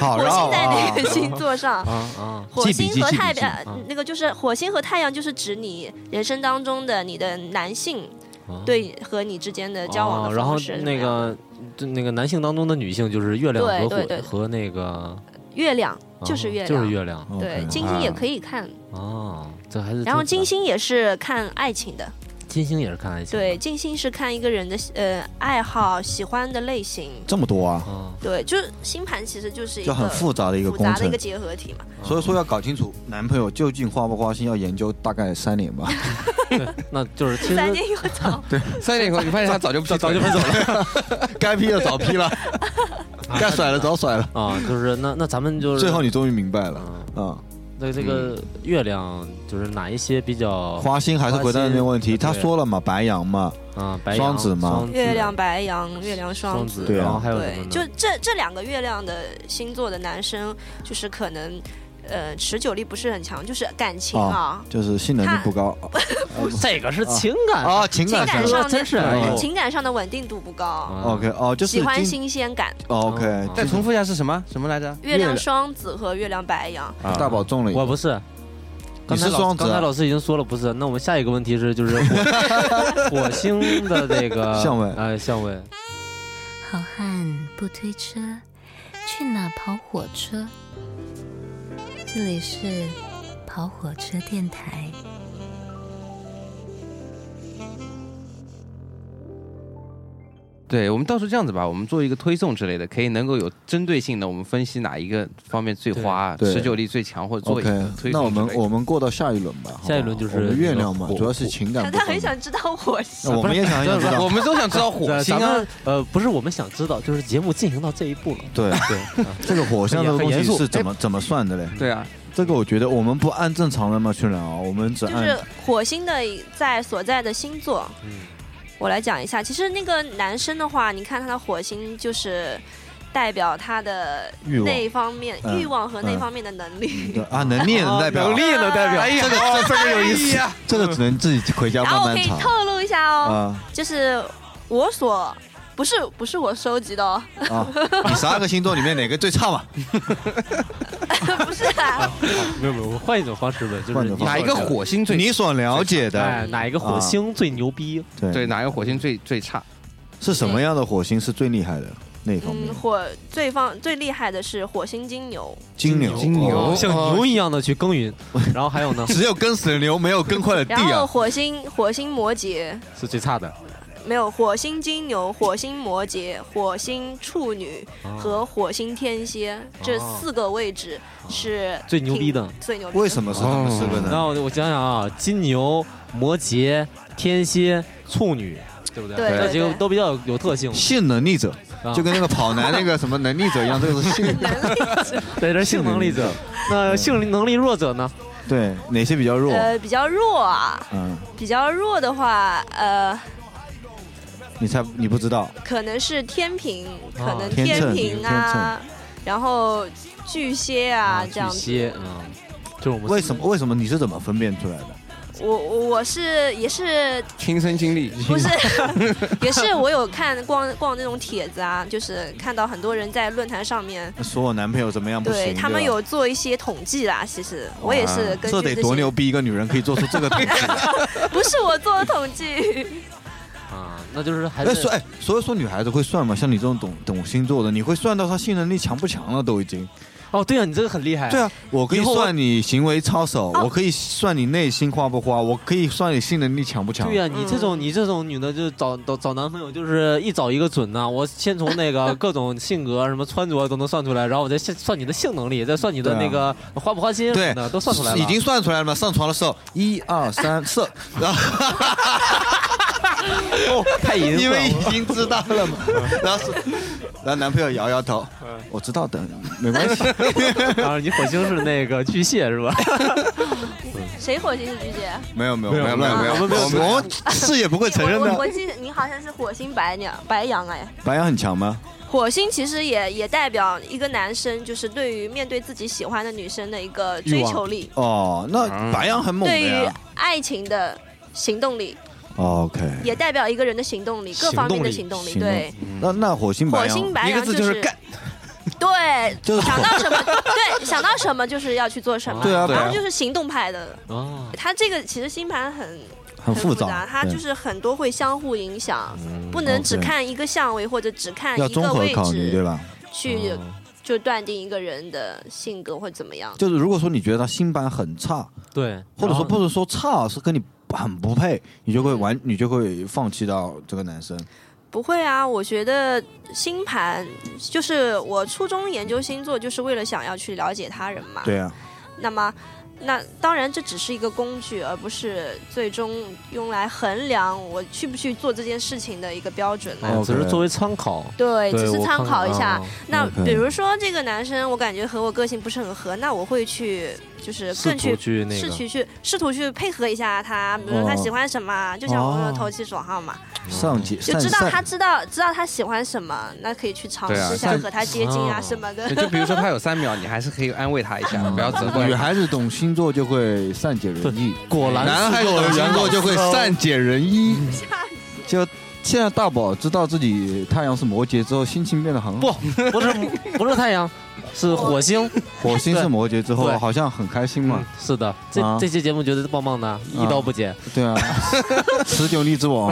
Speaker 1: 好，
Speaker 3: 火
Speaker 1: 然后
Speaker 3: 星在
Speaker 1: 啊
Speaker 3: 哪，个星座上？
Speaker 2: 啊啊！
Speaker 3: 火
Speaker 2: 记笔
Speaker 3: 星
Speaker 2: 记
Speaker 3: 和
Speaker 2: 记笔
Speaker 3: 太
Speaker 2: 记
Speaker 3: 阳、呃那个就是火星和太阳，就是指你人生当中的你的男性
Speaker 5: 啊
Speaker 3: 对和你之间的交往
Speaker 5: 哦
Speaker 3: 的
Speaker 5: 然后
Speaker 3: 方式是什么
Speaker 5: 那
Speaker 3: 样的。
Speaker 5: 个就那个男性当中的女性就是月亮
Speaker 3: 对
Speaker 5: 和
Speaker 3: 对对
Speaker 5: 火和那个
Speaker 3: 月亮就是
Speaker 5: 啊
Speaker 3: 月亮，
Speaker 5: 就是月亮
Speaker 3: 对，
Speaker 1: OK
Speaker 3: 金星也可以看，
Speaker 5: 哦，这还是
Speaker 3: 然后
Speaker 5: 挺
Speaker 3: 金星也是看爱情的，
Speaker 5: 金星也是看爱情的
Speaker 3: 对，金星是看一个人的呃爱好、喜欢的类型，
Speaker 1: 这么多啊，
Speaker 5: 啊
Speaker 3: 对，就是星盘其实就是一个
Speaker 1: 就很复杂的一个
Speaker 3: 复
Speaker 1: 工
Speaker 3: 杂的一
Speaker 1: 程
Speaker 3: 个，结合体嘛。
Speaker 1: 所以说要搞清楚
Speaker 5: 嗯
Speaker 1: 男朋友究竟花不花心，要研究大概三年
Speaker 5: *laughs*
Speaker 1: 吧。
Speaker 5: 那就是其
Speaker 3: *laughs*
Speaker 5: 实
Speaker 3: 三年有早，
Speaker 2: 三年以后你发现他早就 *laughs* 早早就分手了，
Speaker 1: 该劈的早
Speaker 5: *laughs*
Speaker 1: 劈了，该甩的早甩了。
Speaker 5: 啊，就是那那咱们啊就是
Speaker 1: 最后你终于明白了
Speaker 5: 啊，
Speaker 1: 啊，
Speaker 5: 那这个月亮就是哪一些比较
Speaker 1: 花心还是回到那个问题，
Speaker 5: 哦花心
Speaker 1: 他
Speaker 5: 对
Speaker 1: 说了嘛，白羊嘛，
Speaker 5: 啊白
Speaker 1: 双
Speaker 5: 羊
Speaker 1: 子嘛
Speaker 5: 双子
Speaker 3: 月亮白羊、月亮
Speaker 5: 双
Speaker 3: 双
Speaker 5: 子，
Speaker 3: 子，
Speaker 1: 对啊
Speaker 5: 然后还有什么
Speaker 3: 对
Speaker 5: 呢，
Speaker 3: 就这这两个月亮的星座的男生，就是可能呃持久力不是很强，就是感情啊，
Speaker 1: 就是性能力不
Speaker 3: *laughs*
Speaker 1: 高 *laughs*
Speaker 5: 这个是情感
Speaker 1: 啊，情
Speaker 3: 情感上的
Speaker 5: 真是哎呦
Speaker 3: 情感上的稳定度不高，
Speaker 5: 啊
Speaker 1: OK 哦，就是
Speaker 3: 喜欢
Speaker 1: 今
Speaker 3: 新鲜感。
Speaker 1: OK
Speaker 5: 啊。
Speaker 2: 再重复一下是什么什么来着？
Speaker 3: 月亮双子和月亮白羊，
Speaker 1: 大宝中了一
Speaker 5: 哦我
Speaker 1: 个，
Speaker 5: 不是。
Speaker 1: 你
Speaker 5: 刚才
Speaker 1: 是
Speaker 5: 老
Speaker 1: 双子
Speaker 5: 刚才
Speaker 1: 啊
Speaker 5: 老师已经说了不是，那我们下一个问题是就是火
Speaker 1: *laughs*
Speaker 5: 火星的这个
Speaker 1: 相位
Speaker 5: 哎相位，
Speaker 7: 好汉不推车，去哪跑火车？这里是跑火车电台。
Speaker 2: 对，我们到时候这样子吧，我们做一个推送之类的，可以能够有针对性的，我们分析哪一个方面最花、
Speaker 1: 对对
Speaker 2: 持久力最强，或者做一
Speaker 1: OK，
Speaker 2: 个推送之类的。
Speaker 1: 那我们我们过到下一轮吧。好不好
Speaker 5: 下一轮就是
Speaker 1: 我们月亮嘛
Speaker 5: 那个，火
Speaker 1: 主要是情感
Speaker 3: 他
Speaker 1: 部
Speaker 3: 他
Speaker 1: 分。
Speaker 3: 很想知道我是
Speaker 1: *laughs* 那我们也想
Speaker 5: *laughs*
Speaker 1: 想知
Speaker 2: 我
Speaker 1: 道，
Speaker 2: 们都想知道火
Speaker 5: 对
Speaker 2: 星
Speaker 5: 咱
Speaker 2: 啊
Speaker 5: 们。呃不是我们想知道，就是节目进行到这一
Speaker 1: *laughs*
Speaker 5: 步了，
Speaker 1: 对
Speaker 5: 对，啊
Speaker 1: 这个火象的
Speaker 5: 很
Speaker 1: 东
Speaker 5: 严
Speaker 1: 西
Speaker 5: 肃
Speaker 1: 是怎么怎么算的嘞？
Speaker 2: 对啊，
Speaker 1: 这个我觉得我们不按正常的嘛去聊，我们只
Speaker 3: 就是
Speaker 1: 按
Speaker 3: 火星的在所在的星座。
Speaker 5: 嗯
Speaker 3: 我来讲一下，其实那个男生的话，你看他的火星就是代表他的
Speaker 1: 欲望
Speaker 3: 那一方面
Speaker 1: 嗯
Speaker 3: 欲望和那方面的能力。 *laughs*
Speaker 1: 对啊能力也能代表，
Speaker 2: 力能代表。哎呀，这哎个这个有意思。
Speaker 1: 这个只能自己回家
Speaker 3: 然后
Speaker 1: 慢
Speaker 3: 我可
Speaker 1: 慢
Speaker 3: 以
Speaker 1: 查
Speaker 3: 透露一下哦，
Speaker 1: 啊
Speaker 3: 就是我所不是不是我收集的哦， *laughs*
Speaker 1: 啊！你十二个星座里面哪个最差嘛？
Speaker 3: 不是啊，
Speaker 5: 没有没有，我换一种方式问，就
Speaker 1: 换一
Speaker 5: 是
Speaker 1: 种方式啊
Speaker 2: 哪一个火星最
Speaker 1: 你所了解的
Speaker 5: 哎哪一个火星最牛逼？
Speaker 2: 对？哪一个火星最最差？
Speaker 1: 是什么样的火星是最厉害的那一方面
Speaker 3: 嗯，？火最方最厉害的是火星金牛，
Speaker 1: 金牛，
Speaker 2: 金牛
Speaker 1: 哦
Speaker 5: 像牛一样的去耕
Speaker 1: *laughs*
Speaker 5: 耘，然后还有呢
Speaker 1: 只有跟死的牛，没有跟坏的地
Speaker 3: 然后
Speaker 1: 啊！
Speaker 3: 火星火星摩羯，
Speaker 5: 哦是最差的，
Speaker 3: 没有火星金牛、火星摩羯、火星处女和火星天蝎这四个位置是
Speaker 5: 最牛逼的
Speaker 3: 挺最牛逼的。
Speaker 1: 为什么是他们四个
Speaker 5: 那
Speaker 1: 呢？
Speaker 5: 我我想想啊，金牛、摩羯、天蝎、处女，对不对？
Speaker 1: 哎
Speaker 3: 对对
Speaker 5: 这个
Speaker 3: 对
Speaker 5: 都比较有有特性，
Speaker 1: 性能力者
Speaker 5: 啊
Speaker 1: 就跟那个跑男那个什么能力者一样，这个是
Speaker 5: *laughs*
Speaker 1: 性
Speaker 5: 对，这是性能力者。嗯那性能力弱者呢？
Speaker 1: 对哪些比较弱？
Speaker 3: 呃，比较弱啊，
Speaker 1: 嗯，
Speaker 3: 比较弱的话，呃，
Speaker 1: 你猜你不知道
Speaker 3: 可能是天平，可
Speaker 5: 啊
Speaker 3: 能
Speaker 1: 天秤
Speaker 3: 平啊，然后巨蟹啊这样
Speaker 5: 巨
Speaker 3: 子。
Speaker 5: 蟹，嗯，就是我们
Speaker 1: 为什么？为什么你是怎么分辨出来的？
Speaker 3: 我我我是也是
Speaker 2: 亲身经历
Speaker 3: 不
Speaker 1: *laughs*
Speaker 3: 是 *laughs* 也是我有看逛逛那种帖子啊，就是看到很多人在论坛上面。
Speaker 1: 说我男朋友怎么样不
Speaker 3: 对
Speaker 1: 行？
Speaker 3: 他们
Speaker 1: 吧
Speaker 3: 有做一些统计啦，其实我也是根据
Speaker 1: 这得多
Speaker 3: 些
Speaker 1: 牛逼一个女人可以做出这个东西？
Speaker 3: *laughs*
Speaker 1: *laughs*
Speaker 3: 不是我做的统计，
Speaker 5: 啊？那就是还
Speaker 1: 哎，
Speaker 5: 是
Speaker 1: 所哎，所以说女孩子会算吗？像你这种懂懂星座的，你会算到她性能力强不强了都已经。
Speaker 5: 哦，对啊，你这个很厉害。
Speaker 1: 对啊，我可以
Speaker 5: 以后我
Speaker 1: 算你行为操守，
Speaker 3: 哦
Speaker 1: 我可以算你内心花不花，我可以算你性能力强不强。
Speaker 5: 对呀、啊你这
Speaker 3: 嗯
Speaker 5: 种你这种女的，就找找找男朋友，就是一找一个准呐、我先从那个各种性格、什么穿着啊都能算出来，然后我再算算你的性能力，再算你的
Speaker 1: 对啊
Speaker 5: 那个花不花心什
Speaker 1: 对
Speaker 5: 么的，都算出来了。
Speaker 1: 已经算出来了嘛？上床的时候，一二三 *laughs* 射，然后
Speaker 5: 哦太淫
Speaker 1: 因
Speaker 5: 秽
Speaker 1: 为已
Speaker 5: 了。
Speaker 1: 经知道了 *laughs* 嘛，然后是，然后男朋友摇摇头，我知道的，没关系。
Speaker 5: 啊，你火星是那个巨蟹是吧？ *laughs*
Speaker 3: 谁火星是巨蟹？
Speaker 1: *laughs* 没有没有没有没有没有，
Speaker 5: 我们没有
Speaker 1: 我们我们是也不会承认
Speaker 3: 我我
Speaker 1: 的
Speaker 3: 我。记得你好像是火星白鸟白羊哎，
Speaker 1: 白羊很强吗？
Speaker 3: 火星其实也也代表一个男生，就是对于面对自己喜欢的女生的一个追求力，
Speaker 1: 哦，那白羊很猛的
Speaker 3: 对于
Speaker 1: 呀。哦
Speaker 3: 爱情的行动力，
Speaker 1: OK，
Speaker 3: 也代表一个人的行动力，
Speaker 5: 行
Speaker 3: 各
Speaker 5: 动力
Speaker 3: 方面的行动力。
Speaker 1: 行动力
Speaker 3: 对，
Speaker 1: 那那火星白哦
Speaker 3: 火
Speaker 1: 羊
Speaker 3: 星白羊就是
Speaker 2: 干，
Speaker 3: *laughs* 对，
Speaker 1: 就是
Speaker 3: 想到什么，对，想到什么就是要去做什么，
Speaker 1: 对啊
Speaker 3: 然后就是行动派的， *laughs*
Speaker 5: 啊，
Speaker 3: 他这个其实星盘很
Speaker 1: 很复
Speaker 3: 杂，
Speaker 1: 杂，
Speaker 3: 它
Speaker 1: 对
Speaker 3: 就是很多会相互影响，不
Speaker 1: 哦
Speaker 3: 能只
Speaker 1: 对
Speaker 3: 看一个相位或者只看
Speaker 1: 要
Speaker 3: 一
Speaker 1: 综
Speaker 3: 个
Speaker 1: 合
Speaker 3: 位
Speaker 1: 考虑，对嗯
Speaker 3: 置
Speaker 1: 吧？
Speaker 3: 去
Speaker 5: 哦
Speaker 3: 就断定一个人的性格会怎么样。
Speaker 1: 就是如果说你觉得他新版很差，
Speaker 5: 对，
Speaker 1: 或者
Speaker 5: 然
Speaker 1: 说
Speaker 5: 后
Speaker 1: 不能说差，是跟你很不配，你就会完，你就会放弃到这个男生。
Speaker 3: 不会啊，我觉得星盘就是我初中研究星座，就是为了想要去了解他人嘛。
Speaker 1: 对啊，
Speaker 3: 那么，那当然这只是一个工具，而不是最终用来衡量我去不去做这件事情的一个标准了。
Speaker 5: 哎只是
Speaker 1: OK
Speaker 5: 作为参考，
Speaker 3: 对，只是
Speaker 5: 我
Speaker 3: 参
Speaker 5: 看
Speaker 3: 考一
Speaker 5: 看
Speaker 3: 下
Speaker 5: 啊。
Speaker 3: 那
Speaker 1: OK
Speaker 3: 比如说这个男生，我感觉和我个性不是很合，那我会去就是
Speaker 5: 试
Speaker 3: 更
Speaker 5: 图
Speaker 3: 去。
Speaker 5: 去那
Speaker 3: 试
Speaker 5: 个
Speaker 3: 图去试图去配合一下他，比如说他
Speaker 1: 哦
Speaker 3: 喜欢什么，就像我们
Speaker 1: 哦
Speaker 3: 说投其所好嘛。
Speaker 1: 上节
Speaker 3: 就
Speaker 1: 上
Speaker 3: 知道
Speaker 1: 上
Speaker 3: 他知道知道他喜欢什么，那可以去尝
Speaker 2: 对啊
Speaker 3: 试一下
Speaker 1: 像
Speaker 3: 和他接近啊
Speaker 5: 哦
Speaker 3: 什么的。
Speaker 2: 就比如说他有三秒，你还是可以安慰他一下，不要责
Speaker 1: 嗯
Speaker 2: 怪
Speaker 1: 女
Speaker 2: 他。
Speaker 1: 孩子懂星座就会善解人意，
Speaker 5: 果然
Speaker 2: 男孩
Speaker 5: 是
Speaker 2: 子
Speaker 5: 有
Speaker 2: 懂
Speaker 5: 人
Speaker 2: 星座就会善
Speaker 1: 解人意。
Speaker 3: 吓死
Speaker 1: 就嗯现在大宝知道自己太阳是摩羯之后，心情变得很好。
Speaker 5: 不不是不是太阳，是火星。
Speaker 1: 火星是摩羯之后
Speaker 5: 对，
Speaker 1: 好像很开心嘛
Speaker 5: 嗯。，是的，这
Speaker 1: 啊
Speaker 5: 这期节目觉得棒棒的，一刀不剪。
Speaker 1: 对
Speaker 5: *laughs*
Speaker 1: 啊，持久力之王，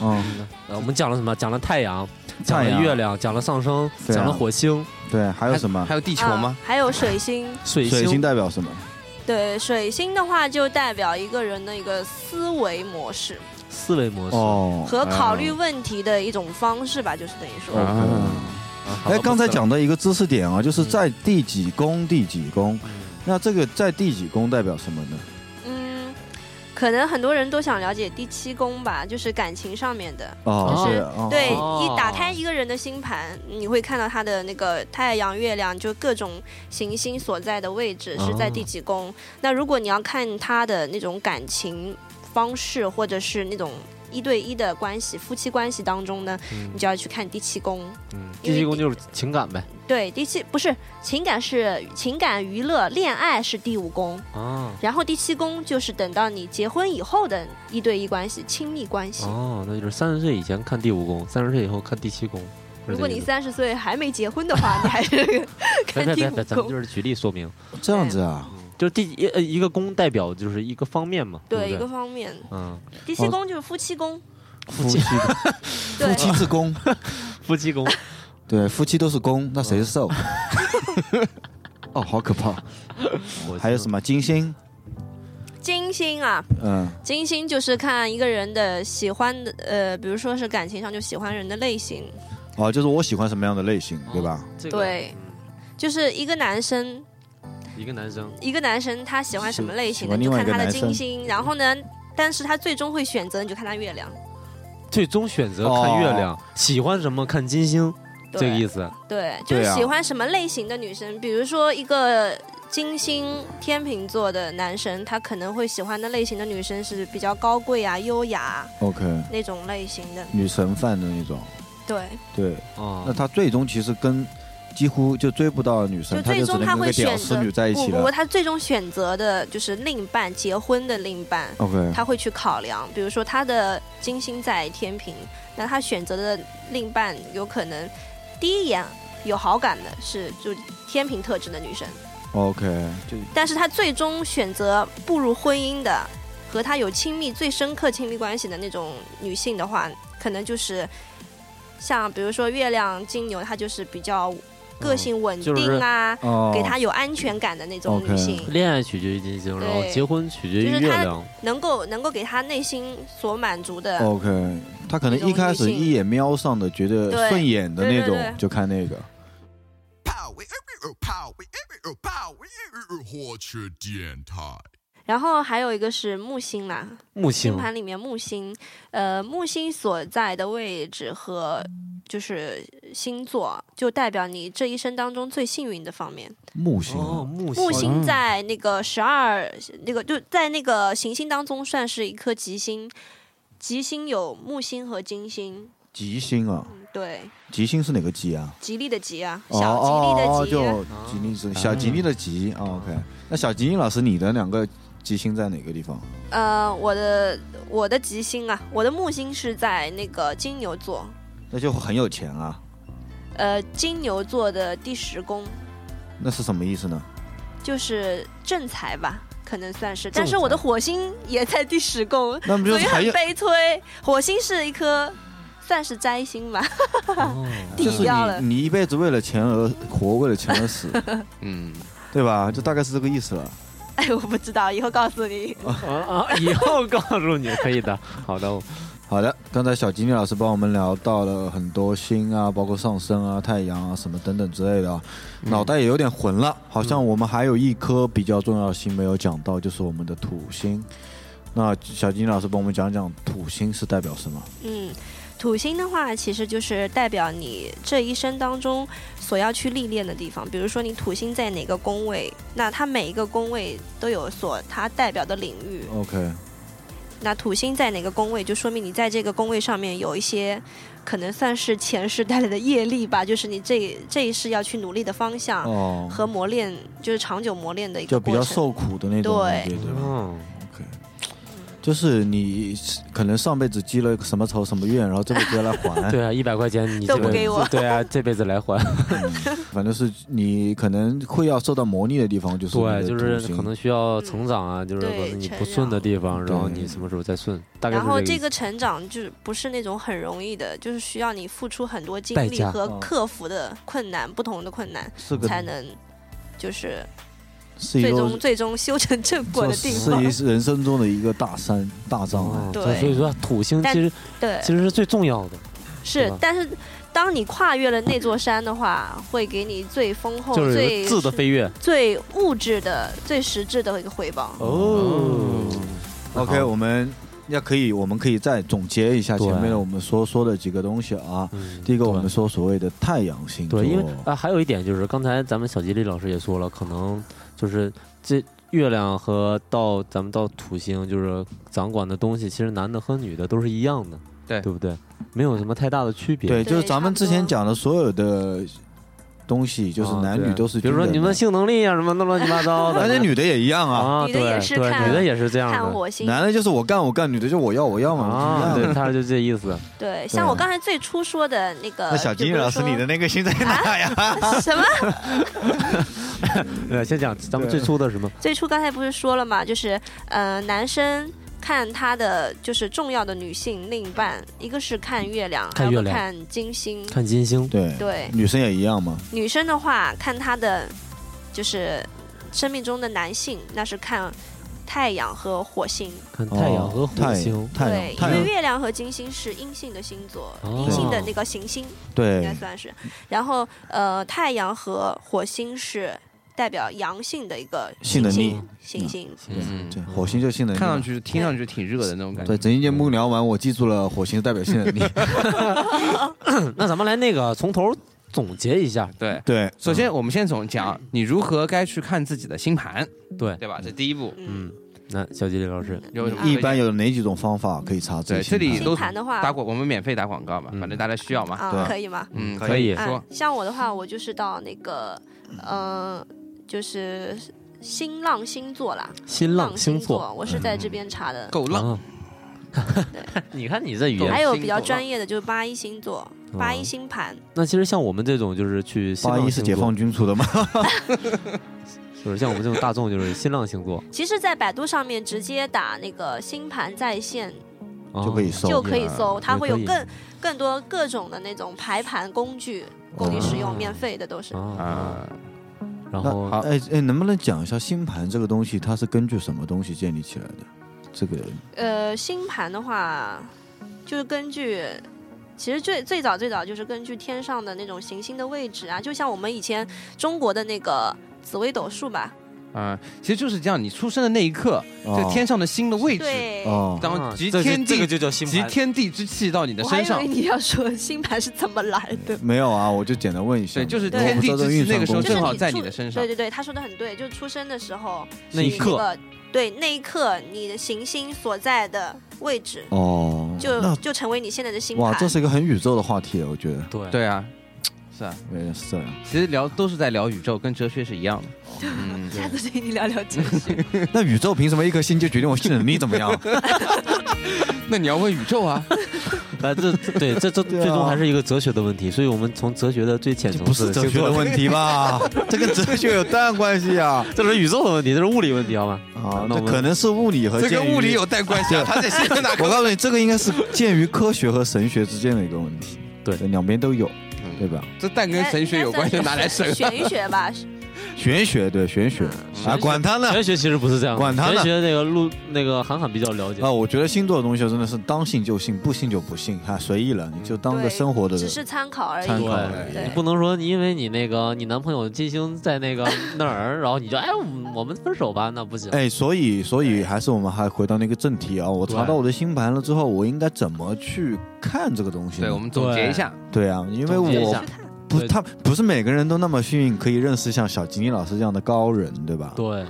Speaker 1: 嗯，
Speaker 5: 呃我们讲了什么？讲了太阳，讲
Speaker 1: 太
Speaker 5: 了
Speaker 1: 阳
Speaker 5: 月亮，讲了上升，
Speaker 1: 对啊
Speaker 5: 讲了火星、
Speaker 1: 对，还有什么
Speaker 2: 还？有地球
Speaker 3: 啊
Speaker 2: 吗？
Speaker 3: 还有水星，
Speaker 5: 水
Speaker 1: 水星
Speaker 5: 星。
Speaker 1: 代表什么？
Speaker 3: 对，水星的话就代表一个人的一个思维模式
Speaker 5: 思维模式。
Speaker 1: 哦，
Speaker 3: 和考虑问题的一种方式吧，就是等于说，
Speaker 2: 啊
Speaker 1: 哎，刚才讲的一个知识点啊，
Speaker 5: 嗯
Speaker 1: 就是在第几宫，第几宫。那这个在第几宫代表什么呢？
Speaker 3: 嗯，可能很多人都想了解第七宫吧，就是感情上面的。
Speaker 1: 哦，
Speaker 5: 就是
Speaker 1: 是哦
Speaker 3: 对，
Speaker 5: 哦
Speaker 3: 一打开一个人的星盘，你会看到他的那个太阳、月亮，就各种行星所在的位置是在第几宫。那如果你要看他的那种感情方式，或者是那种一对一的关系、夫妻关系当中呢，
Speaker 5: 嗯
Speaker 3: 你就要去看第七宫。
Speaker 5: 嗯第七宫就是情感呗。
Speaker 3: 对，第七不是情感是情感娱乐，恋爱是第五宫，
Speaker 5: 啊
Speaker 3: 然后第七宫就是等到你结婚以后的一对一关系、亲密关系。
Speaker 5: 哦，那就是三十岁以前看第五宫，三十岁以后看第七宫。
Speaker 3: 如果你
Speaker 5: 是
Speaker 3: 三十岁还没结婚的话，你还
Speaker 5: *laughs*
Speaker 3: 是
Speaker 5: 这
Speaker 3: 看
Speaker 5: 个意思别
Speaker 3: 第五
Speaker 5: 别别别，咱们
Speaker 3: 宫
Speaker 5: 就。是举例说明，
Speaker 1: 这样子啊，
Speaker 5: 就是第一呃一个宫代表就是一个方面嘛，
Speaker 3: 对一
Speaker 5: 不
Speaker 3: 个
Speaker 5: 对？
Speaker 3: 方面，
Speaker 5: 嗯，
Speaker 3: 第七宫就是夫妻宫，
Speaker 1: 夫妻
Speaker 3: 对
Speaker 1: 夫妻是宫，
Speaker 5: 夫妻宫
Speaker 1: *laughs* 对，夫妻都是宫，那谁是 *laughs* 受？哦，好可怕！还有什么金星？
Speaker 3: 金星啊，
Speaker 1: 嗯，
Speaker 3: 金星就是看一个人的喜欢的，呃，比如说是感情上就喜欢人的类型，
Speaker 1: 哦，就是我喜欢什么样的类型，对吧？
Speaker 5: 这个
Speaker 3: 对，就是一个男生，
Speaker 5: 一个男生
Speaker 3: 一个男生他喜欢什么类型的，
Speaker 1: 喜欢
Speaker 3: 你就
Speaker 1: 另外
Speaker 3: 看
Speaker 1: 一个
Speaker 3: 他的
Speaker 1: 男生
Speaker 3: 金星，然后呢，但是他最终会选择，你就看他月亮，
Speaker 5: 最终选择看月亮，喜欢什么看金星，
Speaker 3: 对
Speaker 5: 这个意思。
Speaker 3: 对，就是
Speaker 1: 对啊
Speaker 3: 喜欢什么类型的女生，比如说一个金星天秤座的男生，他可能会喜欢的类型的女生是比较高贵啊、优雅啊
Speaker 1: OK，
Speaker 3: 那种类型的，
Speaker 1: 女神范的那种。
Speaker 3: 对。
Speaker 1: 对，
Speaker 5: 啊
Speaker 1: 那，他最终其实跟几乎就追不到女
Speaker 3: 就
Speaker 1: 嗯神，他
Speaker 3: 最
Speaker 1: 就只
Speaker 3: 终
Speaker 1: 能
Speaker 3: 他
Speaker 1: 跟
Speaker 3: 会
Speaker 1: 个屌
Speaker 3: 选
Speaker 1: 丝
Speaker 3: 择
Speaker 1: 女在一起
Speaker 3: 不不不，
Speaker 1: 了。
Speaker 3: 他最终选择的就是另一半，结婚的另一半，
Speaker 1: OK，
Speaker 3: 他会去考量，比如说他的金星在天平，那他选择的另一半有可能第一眼有好感的是就天平特质的女生，
Speaker 1: OK，就
Speaker 3: 但是他最终选择步入婚姻的和他有亲密最深刻亲密关系的那种女性的话，可能就是像比如说月亮金牛，她就是比较
Speaker 1: 嗯
Speaker 3: 个性稳
Speaker 5: 就是
Speaker 3: 定啊。
Speaker 1: 哦，
Speaker 3: 给她有安全感的那种女
Speaker 1: OK
Speaker 3: 性
Speaker 5: 恋爱取决于金星，然后
Speaker 3: 对
Speaker 5: 结婚取决于
Speaker 3: 就是
Speaker 5: 月
Speaker 3: 他
Speaker 5: 亮。
Speaker 3: 能够能够给她内心所满足的。
Speaker 1: OK，他可能一开始一眼瞄上的，觉得
Speaker 3: 对
Speaker 1: 顺眼的那
Speaker 3: 对对
Speaker 1: 种，
Speaker 3: 对
Speaker 1: 就看那个。
Speaker 8: 火车电台。
Speaker 3: 然后还有一个是木星啦，
Speaker 5: 木
Speaker 3: 星
Speaker 5: 星
Speaker 3: 盘里面木星，呃，木星所在的位置和就是星座，就代表你这一生当中最幸运的方面。
Speaker 1: 木星啊，
Speaker 5: 哦，木
Speaker 3: 木星在那个十二那个就在那个行星当中算是一颗吉星，吉星有木星和金星，嗯
Speaker 1: 吉星啊，
Speaker 3: 对，
Speaker 1: 吉星是哪个吉啊？
Speaker 3: 吉利的吉啊，
Speaker 1: 哦
Speaker 3: 小
Speaker 1: 哦
Speaker 3: 吉
Speaker 1: 哦，
Speaker 3: 利的吉。啊
Speaker 1: 就吉利是小吉利的吉。哦 OK，那小吉利老师，你的两个吉星在哪个地方？
Speaker 3: 呃，我的我的吉星啊，我的木星是在那个金牛座，
Speaker 1: 那就很有钱啊。
Speaker 3: 呃，金牛座的第十宫
Speaker 1: 那是什么意思呢？
Speaker 3: 就是正财吧，可能算是。但是
Speaker 1: 正财
Speaker 3: 我的火星也在第十宫，
Speaker 1: 那不就
Speaker 3: 所以
Speaker 1: 是还
Speaker 3: 很
Speaker 1: 要
Speaker 3: 悲催。火星是一颗算是灾星吧， *laughs*
Speaker 5: 哦
Speaker 1: 就
Speaker 3: 抵
Speaker 1: 是
Speaker 3: 掉了
Speaker 1: 你你一辈子为了钱而活，为了钱而死， *laughs*
Speaker 2: 嗯，
Speaker 1: 对吧？就大概是这个意思了。
Speaker 3: 哎，我不知道，以后告诉你。
Speaker 5: *laughs* 啊啊！以后告诉你可以的。 *laughs* 好的，
Speaker 1: 好的，刚才小吉米老师帮我们聊到了很多星啊，包括上升啊、太阳啊什么等等之类的啊，
Speaker 5: 嗯
Speaker 1: 脑袋也有点混了，好像我们还有一颗比较重要的星没有讲到，就是我们的土星。那小吉米老师帮我们讲讲土星是代表什么？
Speaker 3: 嗯，土星的话，其实就是代表你这一生当中所要去历练的地方。比如说你土星在哪个宫位，那它每一个宫位都有所它代表的领域。
Speaker 1: OK，
Speaker 3: 那土星在哪个宫位，就说明你在这个宫位上面有一些。可能算是前世带来的业力吧，就是你这这一世要去努力的方向
Speaker 1: 哦，
Speaker 3: 和磨练，就是长久磨练的一
Speaker 1: 就
Speaker 3: 个
Speaker 1: 比
Speaker 3: 过
Speaker 1: 较
Speaker 3: 程。
Speaker 1: 受苦的那种
Speaker 3: 对
Speaker 1: 感觉，对吧
Speaker 5: 嗯，
Speaker 1: ？OK，就是你可能上辈子积了什么仇什么怨，然后这辈子要来还。
Speaker 5: *laughs* 对啊，一百块钱你
Speaker 3: 都
Speaker 5: 这
Speaker 1: 不
Speaker 5: 辈
Speaker 1: 给
Speaker 3: 我
Speaker 5: 子对啊，这辈子来 *laughs* 还。
Speaker 1: 反正是你可能会要受到磨砺的地方，就是
Speaker 5: 对，啊
Speaker 1: 你的
Speaker 5: 就是
Speaker 1: 土星
Speaker 5: 可能需要成长啊，就是
Speaker 3: 嗯对
Speaker 5: 可能你
Speaker 3: 成
Speaker 5: 不顺的
Speaker 3: 长
Speaker 5: 地方，然后
Speaker 1: 对
Speaker 5: 你什么时候再顺，大概
Speaker 3: 然后
Speaker 5: 是
Speaker 3: 这
Speaker 5: 个
Speaker 3: 个成长就是不是那种很容易的，就是需要你付出很多精
Speaker 5: 代
Speaker 3: 力
Speaker 5: 价
Speaker 3: 和
Speaker 1: 嗯
Speaker 3: 克服的困难，不同的困难
Speaker 1: 是
Speaker 3: 才
Speaker 1: 个
Speaker 3: 能就是
Speaker 1: 是一
Speaker 3: 最
Speaker 1: 个
Speaker 3: 终最终修成正果的地方。
Speaker 1: 是一人生中的一个大山大障碍。
Speaker 5: 哦
Speaker 3: 对
Speaker 5: 所以说土星
Speaker 3: 但
Speaker 5: 其实
Speaker 3: 对，
Speaker 5: 其实是最重要的，对
Speaker 3: 是
Speaker 5: 吧，
Speaker 3: 但是当你跨越了那座山的话，会给你最丰厚、
Speaker 5: 就是
Speaker 3: 最
Speaker 5: 有质的飞跃。
Speaker 3: 最物质的、最实质的一个回报。
Speaker 1: 哦，OK，
Speaker 5: 哦好
Speaker 1: 我们要可以，我们可以再总结一下
Speaker 5: 对
Speaker 1: 前面的我们说说的几个东西啊。
Speaker 5: 嗯
Speaker 1: 第一个，我
Speaker 5: 对
Speaker 1: 们说所谓的太阳星座，
Speaker 5: 对，因为啊、还有一点就是，刚才咱们小吉利老师也说了，可能就是这月亮和到咱们到土星，就是掌管的东西，其实男的和女的都是一样的，
Speaker 2: 对
Speaker 5: 对不对？没有什么太大的区别。
Speaker 1: 对，
Speaker 3: 对
Speaker 1: 就是咱们之前
Speaker 3: 差不多
Speaker 1: 讲的所有的东西，就是
Speaker 5: 啊
Speaker 1: 男
Speaker 5: 对
Speaker 1: 女都是
Speaker 5: 比
Speaker 1: 均
Speaker 5: 如
Speaker 1: 等的，
Speaker 5: 说你们性能力啊，什么那乱七八糟
Speaker 1: *laughs*
Speaker 5: 的，
Speaker 1: 而且女的也一样啊，
Speaker 5: 啊，
Speaker 3: 女的
Speaker 5: 对
Speaker 3: 也是
Speaker 5: 对，
Speaker 3: 看
Speaker 5: 女的也是这样
Speaker 3: 看
Speaker 5: 的
Speaker 3: 火星，
Speaker 1: 男的就是我干我干，女的就我要我要嘛，就是一
Speaker 5: 啊，
Speaker 1: 样的
Speaker 5: 对，他就这
Speaker 1: *laughs*
Speaker 5: 意思。
Speaker 3: 对，像我刚才最初说的那个，
Speaker 1: 那小
Speaker 3: 就
Speaker 1: 金
Speaker 3: 比如
Speaker 1: 老师，
Speaker 3: 说
Speaker 1: 你的那个心在哪呀？
Speaker 3: *laughs* 什么？
Speaker 5: 呃对，先讲咱们
Speaker 1: 对
Speaker 5: 最初的什么，
Speaker 3: 最初刚才不是说了嘛，就是呃，男生看他的就是重要的女性另一半，一个是看月亮，
Speaker 5: 看月亮
Speaker 3: 还有个看金星。
Speaker 5: *laughs* 看金星，
Speaker 1: 对，
Speaker 3: 对，
Speaker 1: 女生也一样嘛。
Speaker 3: 女生的话看她的就是生命中的男性，那是看太阳和火星。
Speaker 5: 看太阳
Speaker 1: 哦
Speaker 5: 和火星，
Speaker 1: 太
Speaker 3: 对
Speaker 1: 阳，，
Speaker 3: 因
Speaker 1: 太
Speaker 3: 为
Speaker 1: 阳，
Speaker 3: 月亮和金星是阴性的星座，
Speaker 5: 哦
Speaker 3: 阴性的那个行星应该
Speaker 1: 对，
Speaker 3: 算是。然后呃，太阳和火星是代表阳性的一个
Speaker 1: 性能力
Speaker 3: 行星。
Speaker 2: 嗯
Speaker 1: 对，火星就性能力嘛。
Speaker 2: 看上去听上去挺热的那种感觉
Speaker 1: 对，。整一节目聊完，我记住了火星代表性能力。
Speaker 5: 那咱们来那个从头总结一下，
Speaker 2: *laughs* 对，
Speaker 1: 对，
Speaker 2: *laughs* 首先我们先从讲你如何该去看自己的星盘，
Speaker 5: 对，
Speaker 2: 对吧？这第一步
Speaker 3: 嗯，
Speaker 5: 嗯，那小吉利老师，
Speaker 2: 有什么
Speaker 1: 一
Speaker 2: 推荐
Speaker 1: 般有哪几种方法可以查自己
Speaker 2: 对这
Speaker 1: 星盘？
Speaker 2: 里
Speaker 3: 星
Speaker 2: 都
Speaker 3: 盘的话，
Speaker 2: 打广，我们免费打广告嘛，
Speaker 5: 嗯
Speaker 2: 反正大家需要嘛。
Speaker 1: 对
Speaker 3: 啊，可以吗？
Speaker 2: 嗯，
Speaker 5: 可
Speaker 2: 可
Speaker 5: 以
Speaker 2: 以
Speaker 3: 啊
Speaker 2: 说，
Speaker 3: 像我的话，我就是到那个，呃，就是新浪星座啦，
Speaker 5: 新浪星座，
Speaker 3: 我是在这边查的。
Speaker 2: 够浪。
Speaker 5: 啊你看你这语
Speaker 2: 对
Speaker 5: 言
Speaker 3: 还，有比较专业的就是八一星座，八
Speaker 5: 哦
Speaker 3: 一星盘，
Speaker 5: 那其实像我们这种就是去新
Speaker 1: 八
Speaker 5: 浪
Speaker 1: 一是
Speaker 5: 星
Speaker 1: 解
Speaker 5: 座
Speaker 1: 放，军出的
Speaker 2: *laughs*
Speaker 1: 吗？
Speaker 5: 就是像我们这种大众就是新浪星座
Speaker 3: 其实，在百度上面直接打那个星盘在线
Speaker 1: *laughs*
Speaker 5: 啊
Speaker 1: 就可以搜
Speaker 3: 就可以搜，它
Speaker 5: 也
Speaker 3: 会有
Speaker 5: 可以
Speaker 3: 更更多各种的那种排盘工具
Speaker 1: *laughs*
Speaker 3: 供你使
Speaker 5: 哦
Speaker 3: 用，免费的都是。
Speaker 5: 啊，
Speaker 2: 啊，
Speaker 1: 那
Speaker 5: 然后
Speaker 2: 好
Speaker 1: 哎哎，能不能讲一下星盘这个东西，它是根据什么东西建立起来的？这个
Speaker 3: 呃，星盘的话，就是根据，其实最最早最早就是根据天上的那种行星的位置啊，就像我们以前中国的那个紫微斗数吧，
Speaker 2: 啊，其实就是这样，你出生的那一刻，在
Speaker 1: 哦
Speaker 2: 天上的星的位置，
Speaker 3: 对。
Speaker 1: 哦，
Speaker 2: 当集
Speaker 5: 啊这就
Speaker 2: 天
Speaker 5: 这
Speaker 2: 地
Speaker 5: 个就叫星
Speaker 2: 集
Speaker 5: 盘，
Speaker 2: 天地之气到你的
Speaker 3: 我还
Speaker 2: 身
Speaker 3: 以
Speaker 2: 上
Speaker 3: 为，你要说星盘是怎么来
Speaker 2: *laughs*
Speaker 3: 的，
Speaker 1: 没有啊，我就简单问一下
Speaker 2: 对，
Speaker 1: 嘛。
Speaker 2: 就是
Speaker 1: 因为我
Speaker 2: 天
Speaker 1: 不知
Speaker 2: 地
Speaker 1: 道这
Speaker 2: 之
Speaker 1: 运
Speaker 2: 气
Speaker 1: 算
Speaker 2: 那个时候
Speaker 1: 工
Speaker 3: 就
Speaker 1: 程
Speaker 3: 是
Speaker 2: 正好
Speaker 3: 你
Speaker 2: 在
Speaker 3: 出
Speaker 2: 你的身上
Speaker 3: 对。对对，他说的很对，就是出生的时候
Speaker 5: 那一
Speaker 3: 你
Speaker 5: 刻
Speaker 3: 个对那一刻你的行星所在的位置，
Speaker 1: 哦，
Speaker 3: 就
Speaker 1: 那
Speaker 3: 就成为你现在的星盘。
Speaker 1: 哇，
Speaker 3: *laughs*
Speaker 1: 这是一个很宇宙的话题了，我觉得。
Speaker 5: *laughs* 对
Speaker 2: 对啊，是啊，
Speaker 1: 原来是这样。
Speaker 2: 其实聊都是在聊宇宙，跟哲学是一样的。嗯，
Speaker 3: 下次跟你聊聊
Speaker 2: *laughs*
Speaker 3: 哲
Speaker 1: *laughs*
Speaker 3: 学。
Speaker 1: 那宇宙凭什么一颗星就决定我性能力怎么样？
Speaker 2: 那你要问宇宙啊，
Speaker 5: 那这对这这
Speaker 1: 对啊
Speaker 5: 最终还是一个哲学的问题，所以我们从哲学的最浅层
Speaker 1: 不是
Speaker 5: 次
Speaker 1: 哲学的问题吧？ *laughs* 这跟哲学有蛋关系啊！
Speaker 5: 这是宇宙的问题，这是物理问题，好
Speaker 1: *laughs*
Speaker 5: 吗？
Speaker 1: 啊，
Speaker 5: 那我
Speaker 1: 这
Speaker 5: 们
Speaker 1: 可能是物理和
Speaker 2: *laughs* 这跟
Speaker 1: 鉴于
Speaker 2: 物理有带关 *laughs* 系啊！他在新疆
Speaker 1: *laughs*
Speaker 2: 哪
Speaker 1: 我告诉你，这个应该是鉴于科学和神学之间的一个问题，
Speaker 5: 对
Speaker 1: 两边都有，
Speaker 2: 嗯
Speaker 1: 对吧？
Speaker 2: 这蛋跟神学有关系，拿
Speaker 3: *laughs*
Speaker 2: 来神
Speaker 3: 选选一选吧，
Speaker 1: 玄学对玄学啊，管他呢
Speaker 5: 玄学其实不是这样的，
Speaker 1: 管他呢
Speaker 5: 玄学那个陆那个韩寒比较了解
Speaker 1: 啊！，我觉得星座的东西真的是当信就信，不信就不信，哈，随意了，你就当个
Speaker 3: 对
Speaker 1: 生活的
Speaker 3: 只是参考而已。
Speaker 1: 参考
Speaker 5: 对
Speaker 1: 而已
Speaker 3: 对
Speaker 5: 你不能说你因为你那个你男朋友金星在那个那儿，然后你就哎我们我们分手吧，那不行。
Speaker 1: 哎，所以所以还是我们还回到那个正题啊，我查
Speaker 5: 对
Speaker 1: 到我的星盘了之后，我应该怎么去看这个东西呢？
Speaker 2: *laughs* 对，我们总结一下，
Speaker 1: 对啊，因为
Speaker 5: 总结一
Speaker 1: 我
Speaker 5: 下
Speaker 1: 不，
Speaker 5: 对
Speaker 1: 他不是每个人都那么幸运，可以认识像小吉尼老师这样的高人，对吧？
Speaker 5: 对，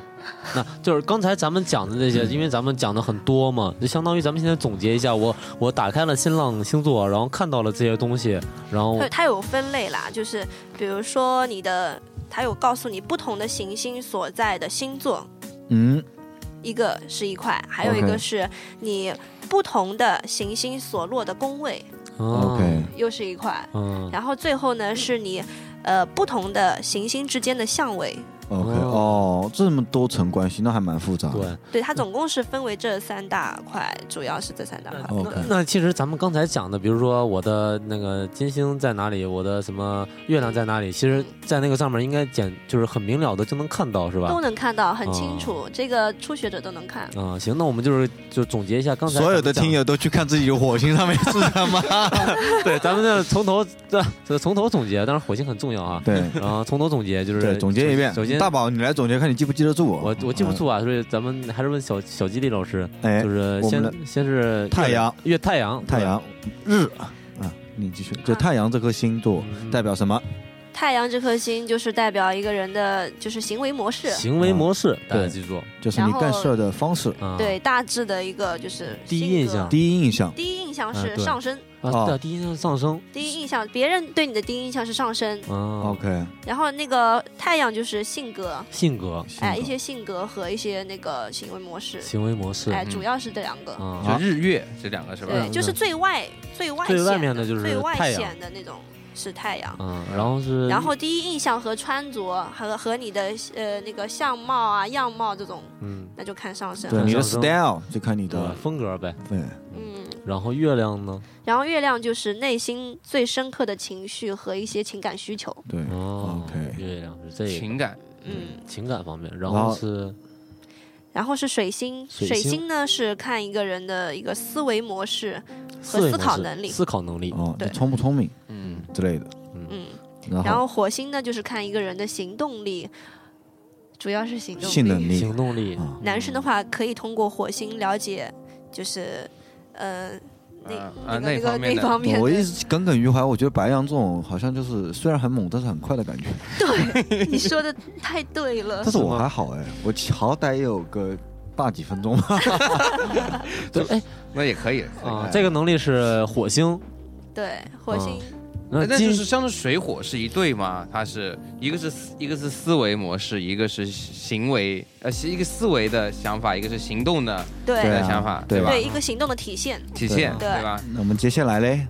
Speaker 5: 那就是刚才咱们讲的这些，因为咱们讲的很多嘛，就相当于咱们现在总结一下，我我打开了新浪星座，然后看到了这些东西，然后
Speaker 3: 它它有分类啦，就是比如说你的，它有告诉你不同的行星所在的星座，
Speaker 1: 嗯，
Speaker 3: 一个是一块，还有
Speaker 1: OK
Speaker 3: 一个是你不同的行星所落的宫位，
Speaker 5: 啊
Speaker 1: OK，
Speaker 3: 又是一块。
Speaker 5: 嗯，
Speaker 3: 然后最后呢，是你呃不同的行星之间的相位。
Speaker 1: OK，
Speaker 5: 哦
Speaker 1: 哦，这么多层关系，那还蛮复杂的。
Speaker 5: 对。
Speaker 3: 对，它总共是分为这三大块，主要是这三大块。
Speaker 1: 嗯 OK
Speaker 5: 那那其实咱们刚才讲的，比如说我的那个金星在哪里，我的什么月亮在哪里，其实，在那个上面应该简就是很明了的就能看到，是吧？
Speaker 3: 都能看到，很
Speaker 5: 哦
Speaker 3: 清楚，这个初学者都能看。
Speaker 5: 啊、行，那我们就是就总结一下刚才
Speaker 1: 所有的
Speaker 5: 咱们讲
Speaker 1: 听友都去看自己的火星上面是什么？
Speaker 5: *laughs* 对，咱们这从头这这从头总结，当然火星很重要啊。
Speaker 1: 对
Speaker 5: 然后从头总结就
Speaker 1: *laughs*
Speaker 5: 是
Speaker 1: 对，总结一遍
Speaker 5: 首先。
Speaker 1: 大宝，你来总结，看你记不记得住。
Speaker 5: 我我记不住啊，所以咱们还是问小小吉利老师，
Speaker 1: 哎
Speaker 5: 就是
Speaker 1: 我们
Speaker 5: 先先是
Speaker 1: 太阳
Speaker 5: 月太阳
Speaker 1: 太阳日啊，你继续。就太阳这颗星座
Speaker 5: 嗯
Speaker 1: 代表什么？
Speaker 3: 太阳这颗星就是代表一个人的就是行为模式，
Speaker 5: 行为模式，大家
Speaker 1: 对
Speaker 5: 记住
Speaker 1: 就是你干事儿的方式。
Speaker 5: 啊。
Speaker 3: 对大致的一个就是
Speaker 5: 第
Speaker 3: 性
Speaker 5: 一
Speaker 3: 格
Speaker 5: 印象
Speaker 1: 第一印象，
Speaker 3: 第一印象
Speaker 5: 啊
Speaker 3: 是
Speaker 5: 对
Speaker 3: 上升，
Speaker 5: 啊，
Speaker 1: 哦
Speaker 5: 对，第一印象上升
Speaker 3: 第一印象别人对你的第一印象是上升，
Speaker 5: 啊，
Speaker 1: OK，
Speaker 3: 然后那个太阳就是性格，
Speaker 5: 性格、
Speaker 3: 哎，一
Speaker 1: 星座
Speaker 3: 些性格和一些那个行为模式，
Speaker 5: 行为模式
Speaker 3: 哎，
Speaker 2: 嗯
Speaker 3: 主要是这两个。
Speaker 2: 就
Speaker 5: 啊，
Speaker 2: 日月这两个是吧？
Speaker 3: 对，就是最外最外
Speaker 5: 最
Speaker 3: 显
Speaker 5: 外面的就是
Speaker 3: 最外
Speaker 5: 太阳
Speaker 3: 显的那种是太阳。
Speaker 5: 嗯，然后是
Speaker 3: 然后第一印象和穿着和和你的呃那个相貌啊样貌这种，
Speaker 5: 嗯，
Speaker 3: 那就看上升
Speaker 1: 对
Speaker 3: 了。
Speaker 1: 你的
Speaker 5: 上升
Speaker 1: style 就看你
Speaker 5: 对
Speaker 1: 的
Speaker 5: 风格呗。
Speaker 1: 对
Speaker 3: 嗯，
Speaker 5: 然后月亮呢？
Speaker 3: 然后月亮就是内心最深刻的情绪和一些情感需求。
Speaker 1: 对。
Speaker 5: 哦
Speaker 1: OK
Speaker 5: 月亮是这个
Speaker 2: 情感
Speaker 3: 嗯，
Speaker 5: 情感方面，然
Speaker 1: 然
Speaker 5: 后
Speaker 1: 后
Speaker 5: 是
Speaker 3: 然后是水星，
Speaker 5: 水
Speaker 3: 水
Speaker 5: 星
Speaker 3: 呢是看一个人的一个思维模式，
Speaker 5: 思维
Speaker 3: 思
Speaker 5: 模
Speaker 3: 考
Speaker 5: 式
Speaker 3: 能力
Speaker 5: 思考能力。
Speaker 1: 哦，你
Speaker 3: 对
Speaker 1: 聪不聪明
Speaker 2: 嗯，
Speaker 1: 之类的。
Speaker 3: 嗯，
Speaker 1: 然
Speaker 3: 然
Speaker 1: 后
Speaker 3: 后火星呢就是看一个人的行动力，主要是行动
Speaker 1: 性能力
Speaker 5: 嗯行动力
Speaker 1: 啊
Speaker 3: 男生的话可以通过火星了解，就是呃那、
Speaker 2: 啊啊
Speaker 3: 那
Speaker 2: 那
Speaker 3: 个个
Speaker 2: 方面
Speaker 3: 那
Speaker 2: 的
Speaker 3: 方面
Speaker 1: 我
Speaker 3: 的
Speaker 1: 一直耿耿于怀，我觉得白羊这种好像就是虽然很猛，但是很快的感觉。
Speaker 3: 对， *laughs* 你说的太对了
Speaker 1: 但。是我还好哎，我好歹也有个大几分
Speaker 3: *laughs*
Speaker 1: 钟吧。
Speaker 5: 对，哎
Speaker 2: *laughs* 那也可以
Speaker 5: 啊，这个能力是火星，
Speaker 3: 对，
Speaker 1: 啊
Speaker 3: 火星、
Speaker 1: 哎
Speaker 5: 那
Speaker 2: *laughs* 那
Speaker 5: 金
Speaker 2: 就是相当于水火是一对嘛？它是一个是思一个是思维模式，一个是行为，呃，是一个思维的想法，一个是行动的
Speaker 3: 对
Speaker 1: 对
Speaker 2: 的
Speaker 1: 啊
Speaker 2: 想法，
Speaker 1: 对
Speaker 2: 吧？
Speaker 3: 对一个行动的体现。
Speaker 2: 体现
Speaker 3: 对
Speaker 2: 吧？
Speaker 1: 那我们接下来嘞，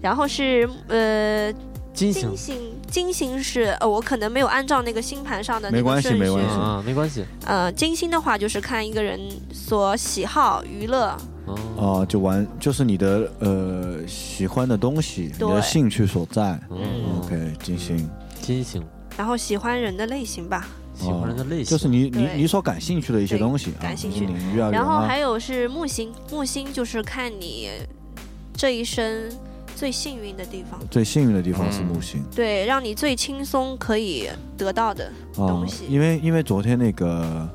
Speaker 3: 然后是呃
Speaker 5: 金星
Speaker 3: 金星，金星是呃我可能没有按照那个星盘上的
Speaker 1: 没
Speaker 3: 那个
Speaker 1: 关系
Speaker 3: 顺序
Speaker 1: 没关系
Speaker 5: 啊，没关系
Speaker 3: 呃，金星的话就是看一个人所喜好、娱乐，嗯
Speaker 1: 哦、就玩就是你的呃喜欢的东西，你的
Speaker 3: 对
Speaker 1: 兴趣所在。
Speaker 5: 嗯
Speaker 1: OK，金星
Speaker 5: 金星
Speaker 3: 然后喜欢人的类型吧。
Speaker 5: 喜欢人的类型，
Speaker 1: 哦就是你你
Speaker 3: 对
Speaker 1: 你所感兴趣的一些
Speaker 3: 对
Speaker 1: 东西啊，
Speaker 3: 感兴趣
Speaker 1: 领域啊，
Speaker 3: 然
Speaker 1: 人
Speaker 3: 后
Speaker 1: 啊
Speaker 3: 还有是木星，木星就是看你这一生最幸运的地方，
Speaker 1: 最幸运的地方
Speaker 2: 嗯
Speaker 1: 是木星、
Speaker 3: 对，让你最轻松可以得到的。
Speaker 1: 啊
Speaker 3: 东，西
Speaker 1: 因为因为昨天那个。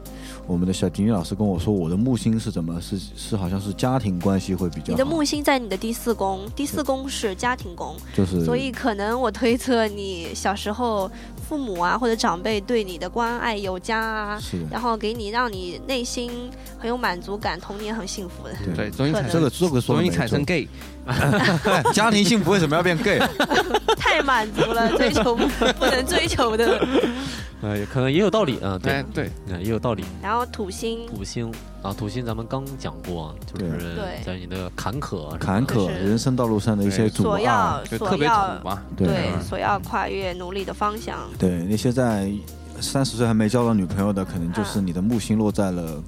Speaker 1: 我们的小金老师跟我说，我的木星是怎么是是好像是家庭关系会比较好，
Speaker 3: 你的木星在你的第四宫，第四宫是家庭宫，
Speaker 1: 就是
Speaker 3: 所以可能我推测你小时候父母啊或者长辈对你的关爱有加啊，
Speaker 1: 是的，
Speaker 3: 然后给你让你内心很有满足感，童年很幸福的。
Speaker 2: 对，容易产
Speaker 1: 这
Speaker 2: 生
Speaker 1: 个这个说的
Speaker 2: 容易
Speaker 1: 没
Speaker 2: 产生
Speaker 1: 错
Speaker 2: gay，
Speaker 1: 哎家庭
Speaker 2: *laughs*
Speaker 1: 幸福为什么要变 gay？
Speaker 3: 太满足了，追求不不能追求的。
Speaker 5: 呃，也可能也有道理啊，对
Speaker 2: 哎，，对，
Speaker 5: 嗯也有道理。
Speaker 3: 然后土星
Speaker 5: 土星啊，土星咱们刚讲过，就是
Speaker 3: 对
Speaker 5: 在你的坎坷啊什么的，
Speaker 1: 坎坷
Speaker 3: 就是
Speaker 1: 人生道路上的一些
Speaker 2: 对
Speaker 1: 阻
Speaker 3: 所
Speaker 1: 碍
Speaker 3: 要，
Speaker 2: 就
Speaker 3: 所
Speaker 2: 特别
Speaker 3: 要
Speaker 2: 土嘛。
Speaker 3: 对
Speaker 1: 嗯
Speaker 3: 所要跨越努力的方向，
Speaker 1: 对，那些在三十岁还没交到女朋友的，可能就是
Speaker 3: 嗯
Speaker 1: 你的木星落在了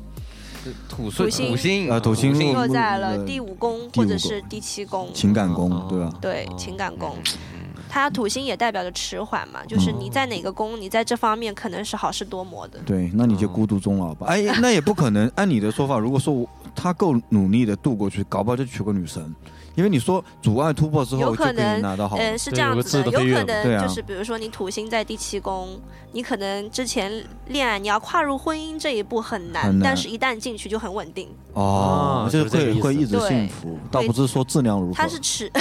Speaker 2: 是土星，
Speaker 3: 土星
Speaker 2: 土星
Speaker 1: 啊土星
Speaker 2: 土
Speaker 1: 落
Speaker 3: 落
Speaker 1: 入
Speaker 3: 在
Speaker 1: 了
Speaker 3: 了第五宫
Speaker 1: 第
Speaker 3: 或
Speaker 1: 五
Speaker 3: 者
Speaker 1: 宫
Speaker 3: 是第七宫，
Speaker 1: 情感宫，
Speaker 5: 哦
Speaker 1: 对吧？
Speaker 3: 对
Speaker 5: 哦
Speaker 3: 情感宫。
Speaker 2: 嗯
Speaker 3: 它土星也代表着迟缓嘛，就是你在哪个宫，你在这方面可能是好事多磨的。
Speaker 1: 对，那你就
Speaker 5: 哦
Speaker 1: 孤独终老吧。哎，那也不可能。按你的说法，如果说我他够努力的度过去，搞不好就娶个女神，因为你说阻碍突破之后
Speaker 3: 有
Speaker 1: 就
Speaker 3: 可
Speaker 1: 可以
Speaker 3: 能
Speaker 1: 拿到好。
Speaker 3: 嗯，是
Speaker 5: 对
Speaker 3: 这样
Speaker 5: 有个
Speaker 3: 子
Speaker 5: 字
Speaker 3: 的，
Speaker 5: 的
Speaker 3: 有
Speaker 5: 飞跃
Speaker 3: 可
Speaker 5: 嘛
Speaker 1: 对
Speaker 3: 能
Speaker 1: 啊
Speaker 3: 就是比如说你土星在第七宫，你可能之前恋爱你要跨入婚姻这一步很难，
Speaker 1: 很难
Speaker 3: 但是一旦进去就很稳定。
Speaker 1: 哦
Speaker 5: 啊，
Speaker 1: 就是
Speaker 5: 就是这个
Speaker 1: 会会一
Speaker 5: 意思
Speaker 1: 直
Speaker 3: 对
Speaker 1: 幸福，倒不是说质量如何
Speaker 3: 它。是持 *laughs*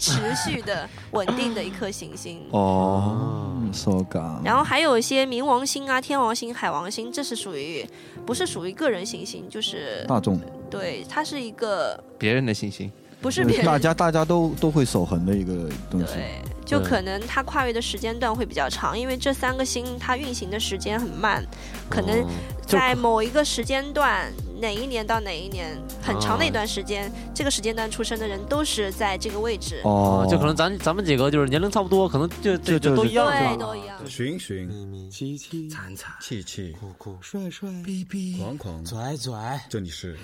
Speaker 3: 持续
Speaker 1: *laughs*
Speaker 3: 的稳定的一颗行星。
Speaker 1: 哦，so g
Speaker 3: 然后还有一些冥王星啊、天王星、海王星，这是属于不是属于个人行星，就是
Speaker 1: 大众
Speaker 3: 对，它是一个
Speaker 2: 别人的信心，
Speaker 3: 不是
Speaker 1: 就是
Speaker 3: 别人
Speaker 1: 大家大家都都会守恒的一个东西。
Speaker 3: 对，就
Speaker 5: 对
Speaker 3: 可能它跨越的时间段会比较长，因为这三个星它运行的时间很慢，可能
Speaker 5: 哦就
Speaker 3: 在某一个时间段，哪一年到哪一年，很长的一段时间，这个时间段出生的人都是在这个位置，
Speaker 1: 哦
Speaker 5: 啊，，就可能咱咱们几个就是年龄差不多，可能就
Speaker 1: 就
Speaker 5: 就
Speaker 1: 就
Speaker 5: 就都一样啊
Speaker 3: 对，
Speaker 5: 是吧？
Speaker 3: 都一样。
Speaker 9: 寻寻，
Speaker 10: 七七
Speaker 9: 惨惨，气气，
Speaker 10: 酷酷，帅帅，
Speaker 8: 逼逼
Speaker 9: 狂狂，
Speaker 10: 拽拽。
Speaker 9: 这里是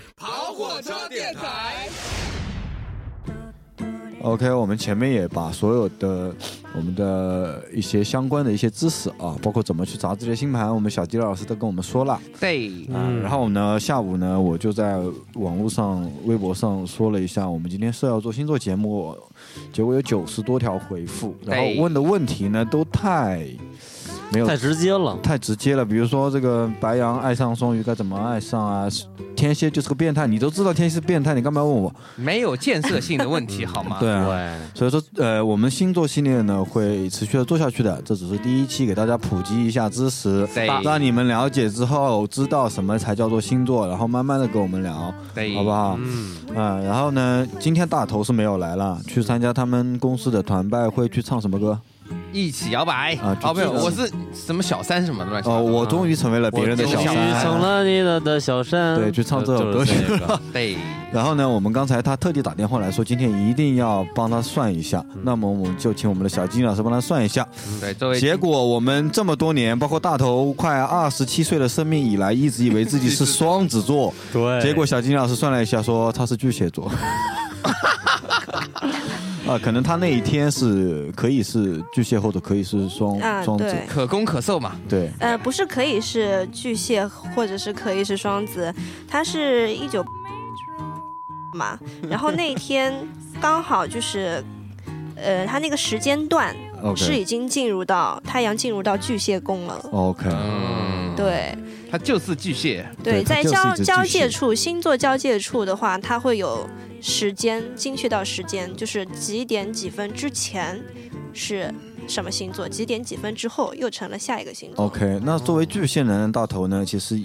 Speaker 1: OK，我们前面也把所有的我们的一些相关的一些知识啊，包括怎么去砸自己的星盘，我们小吉老师都跟我们说了。
Speaker 2: 对，
Speaker 1: 嗯，然后呢，下午呢，我就在网络上、微博上说了一下，我们今天是要做星座节目，结果有九十多条回复，然
Speaker 2: 哎
Speaker 1: 后问的问题呢都太没有
Speaker 5: 太直接了，
Speaker 1: 太直接了，比如说这个白羊爱上双鱼该怎么爱上啊？天蝎就是个变态，你都知道天蝎是变态，你干嘛要问我？
Speaker 2: 没有建设性的问题，
Speaker 1: *laughs*
Speaker 2: 好吗？
Speaker 1: 对啊，
Speaker 5: 对，
Speaker 1: 所以说呃，我们星座系列呢会持续的做下去的，这只是第一期，给大家普及一下知识。
Speaker 2: 对，
Speaker 1: 让你们了解之后，知道什么才叫做星座，然后慢慢的跟我们聊，
Speaker 2: 对，
Speaker 1: 好不好？
Speaker 5: 嗯，
Speaker 1: 嗯，然后呢，今天大头是没有来了，去参加他们公司的团拜会，去唱什么歌？
Speaker 2: 一起摇摆
Speaker 1: 啊
Speaker 2: 哦，没有，
Speaker 1: 就
Speaker 2: 我是什么小三什么的乱七八
Speaker 1: 哦，
Speaker 2: 糟
Speaker 1: 我终于成为了别人的小
Speaker 5: 终于成
Speaker 1: 三。
Speaker 5: 了你的的小山，
Speaker 1: 对去唱这首歌
Speaker 5: 就是
Speaker 1: 去
Speaker 5: 这
Speaker 2: *laughs*
Speaker 5: 个
Speaker 2: 嗯对，
Speaker 1: 然后呢，我们刚才他特地打电话来说，今天一定要帮他算一下。
Speaker 5: 嗯
Speaker 1: 那么我们就请我们的小金老师帮他算一下。
Speaker 2: 对，作为
Speaker 1: 结果我们这么多年，包括大头快二十七岁的生命以来，一直以为自己是双子座，
Speaker 5: 对，
Speaker 1: 结果小金老师算了一下，说他是巨蟹座。啊，可能他那一天是可以是巨蟹，或者可以是双、
Speaker 3: 啊
Speaker 1: 双子，
Speaker 3: 对
Speaker 2: 可攻可受嘛，
Speaker 1: 对，
Speaker 3: 呃，不是可以是巨蟹，或者是可以是双子，它是一九嘛，然后
Speaker 1: *laughs*
Speaker 3: 那一天刚好就是，呃，它那个时间段
Speaker 1: OK 哦
Speaker 3: 是已经进入到太阳进入到巨蟹宫了。
Speaker 1: OK，
Speaker 2: 嗯，，
Speaker 3: 对
Speaker 2: 他就是巨蟹，
Speaker 1: 对它
Speaker 3: 在
Speaker 1: 就是
Speaker 3: 交
Speaker 1: 一只
Speaker 3: 交
Speaker 1: 巨蟹
Speaker 3: 界处，星座交界处的话，它会有时间精确到时间，就是几点几分之前是什么星座，几点几分之后又成了下一个星座。
Speaker 1: OK，那作为巨蟹男的大头呢，其实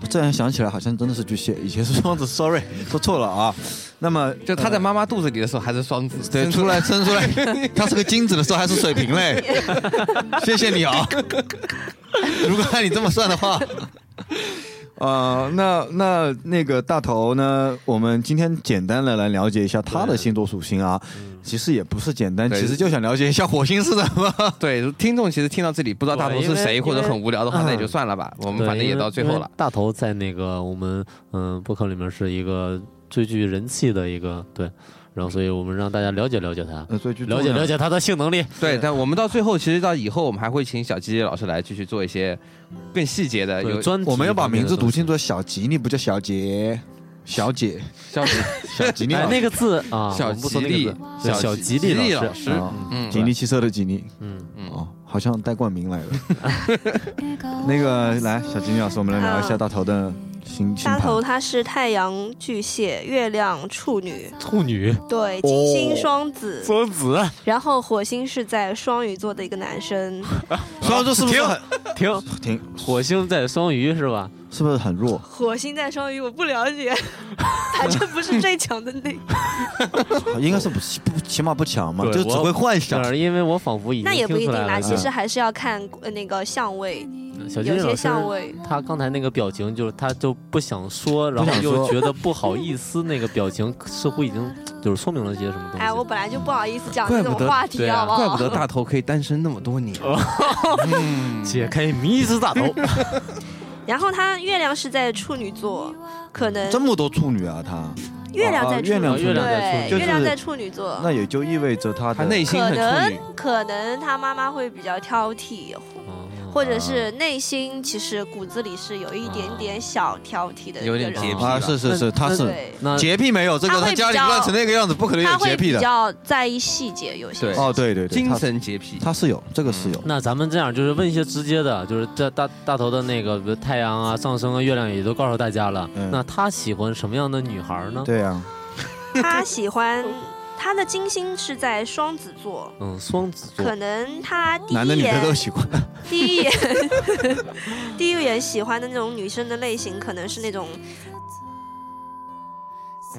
Speaker 1: 我这样想起来好像真的是巨蟹，以前是双子，sorry，说错了啊。那么
Speaker 2: 就他在妈妈肚子里的时候还是双子，
Speaker 1: 嗯对
Speaker 2: 生
Speaker 1: 出来生出 *laughs* 来，他是个精子的时候还是水瓶嘞， *laughs* 谢谢 *laughs* 你啊。如果按你这么算的话，呃，那那那个大头呢？我们今天简单的来了解一下他的星座属性啊，其实也不是简单，
Speaker 2: 对
Speaker 1: 其实就想了解一下火星是什么。
Speaker 2: *laughs* 对，听众其实听到这里不知道大头是谁
Speaker 5: 对因为
Speaker 2: 或者很无聊的
Speaker 1: 嗯
Speaker 2: 话，
Speaker 5: 因为
Speaker 2: 那也就算了吧，我
Speaker 5: 我
Speaker 2: 们反正也到最后了。
Speaker 5: 大头在那个我们嗯播客里面是一个最具人气的一个对，然后所以我们让大家了解了解他，
Speaker 1: 呃，所以就
Speaker 5: 了解了解他的性能力，
Speaker 2: 对，但我们到最后，其实到以后我们还会请小鸡鸡老师来继续做一些更细节的，有
Speaker 5: 对专题
Speaker 1: 我们要把
Speaker 5: 方
Speaker 1: 名
Speaker 5: 面的
Speaker 1: 字读
Speaker 5: 东西
Speaker 1: 清楚，小吉利不叫小杰，小姐，
Speaker 2: 小
Speaker 1: 小吉利
Speaker 5: 哎，
Speaker 1: 老师
Speaker 5: 那个字啊，
Speaker 2: 小
Speaker 5: 我们不说
Speaker 2: 吉
Speaker 5: 那个
Speaker 2: 利
Speaker 5: 字，对小吉利
Speaker 2: 利
Speaker 5: 老师，
Speaker 2: 师，
Speaker 1: 哦
Speaker 2: 嗯，
Speaker 1: 吉利汽车的吉利，
Speaker 5: 嗯，
Speaker 1: 哦，好像带冠名来了。那个来，小吉利老师，我们来聊一下大头的星星
Speaker 3: 大
Speaker 1: 盘。
Speaker 3: 头它是太阳巨蟹，月亮处女，
Speaker 5: 处女、
Speaker 3: 对，金星双子，
Speaker 5: 双子，
Speaker 3: 然后火星是在双鱼座的一个男生，
Speaker 1: 双子是不是很
Speaker 5: 停，
Speaker 1: 挺
Speaker 5: 火星在双鱼是吧？
Speaker 1: 是不是很弱？
Speaker 3: 火星在双鱼我不了解，反正不是最强的那个，
Speaker 1: 应该是不不起码不强嘛，
Speaker 5: 对
Speaker 1: 就只会幻想。
Speaker 5: 是，因为我仿佛已经
Speaker 3: 那也不一
Speaker 5: 听出
Speaker 3: 定
Speaker 5: 来
Speaker 3: 啦，
Speaker 5: 了嗯
Speaker 3: 其实还是要看呃那个相位，
Speaker 5: 小精
Speaker 3: 有
Speaker 5: 灵老
Speaker 3: 些
Speaker 5: 师嗯
Speaker 3: 像味。
Speaker 5: 他刚才那个表情，就是他就不想说，然
Speaker 1: 不
Speaker 5: 后
Speaker 1: 想
Speaker 5: 又
Speaker 1: 说
Speaker 5: 觉得不好意思，那个表情似乎已经就是说明了些什么东西。
Speaker 3: 哎，我本来就不好意思讲
Speaker 2: 怪
Speaker 3: 这
Speaker 2: 不
Speaker 3: 种
Speaker 2: 得
Speaker 3: 话题，
Speaker 5: 对
Speaker 3: 好
Speaker 5: 啊
Speaker 3: 不
Speaker 2: 怪不
Speaker 3: 好？
Speaker 2: 得大头可以单身那么多
Speaker 5: *laughs*
Speaker 2: 年。嗯
Speaker 5: 解开迷之
Speaker 3: *laughs*
Speaker 5: 大头，
Speaker 3: 然后他月亮是在处女座，可能
Speaker 1: 这么多处女啊，他
Speaker 3: 月亮
Speaker 1: 啊
Speaker 3: 在处
Speaker 1: 月亮
Speaker 3: 女
Speaker 1: 处女
Speaker 5: 月亮在处
Speaker 3: 对，
Speaker 5: 女
Speaker 1: 就是
Speaker 3: 月亮在处女座，
Speaker 1: 那也就意味着他
Speaker 2: 他
Speaker 1: 的啊
Speaker 2: 内心
Speaker 3: 可
Speaker 2: 很处女，
Speaker 3: 能可能他妈妈会比较挑剔，
Speaker 5: 哦
Speaker 3: 或者是内心其实骨子里是有一点点小挑剔的一
Speaker 2: 有
Speaker 3: 个
Speaker 2: 点
Speaker 3: 人，
Speaker 2: 洁癖
Speaker 1: 啊，
Speaker 2: 吧
Speaker 1: 是是
Speaker 5: 那
Speaker 1: 是，他
Speaker 5: 那
Speaker 1: 是
Speaker 3: 对，
Speaker 5: 那
Speaker 1: 呃洁癖没有这个，
Speaker 3: 他会
Speaker 1: 他
Speaker 3: 比
Speaker 1: 家里
Speaker 3: 较
Speaker 1: 乱成那个样子，不可能
Speaker 3: 他
Speaker 1: 有
Speaker 3: 会
Speaker 1: 洁癖
Speaker 3: 比
Speaker 1: 的。
Speaker 3: 较在意细节，有些
Speaker 2: 对
Speaker 3: 事
Speaker 1: 哦，对对对，
Speaker 2: 精
Speaker 1: 他
Speaker 2: 神洁癖。
Speaker 1: 他是有这个是有，
Speaker 5: 那咱们这样，就是问一些直接的，就是这大大头的那个比如太阳啊、上升啊、月亮也都告诉大家了。
Speaker 1: 嗯
Speaker 5: 那他喜欢什么样的女孩呢？
Speaker 1: 对啊呀，
Speaker 3: 他喜欢他的金星是在双子座，
Speaker 5: 嗯，双子座
Speaker 3: 可能他第
Speaker 1: 男的
Speaker 3: 一
Speaker 1: 女的都
Speaker 3: 眼
Speaker 1: 喜欢。
Speaker 3: 第一眼 *laughs* 第一眼喜欢的那种女生的类型，可能是那种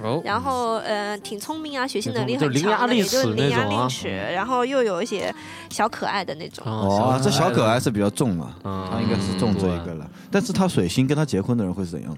Speaker 2: 哦，
Speaker 3: 然后呃挺聪明啊，学习能力
Speaker 5: 就是
Speaker 3: 很强的，
Speaker 5: 伶牙俐
Speaker 3: 也
Speaker 5: 齿
Speaker 3: 就是伶牙
Speaker 5: 那种啊
Speaker 3: 俐齿，然后又有一些小可爱的那种。
Speaker 1: 哦，这小可爱
Speaker 5: 爱
Speaker 1: 是比较重嘛，
Speaker 5: 的，嗯，
Speaker 1: 他应该是重这一个了。但是他水星跟他结婚的人会是怎样？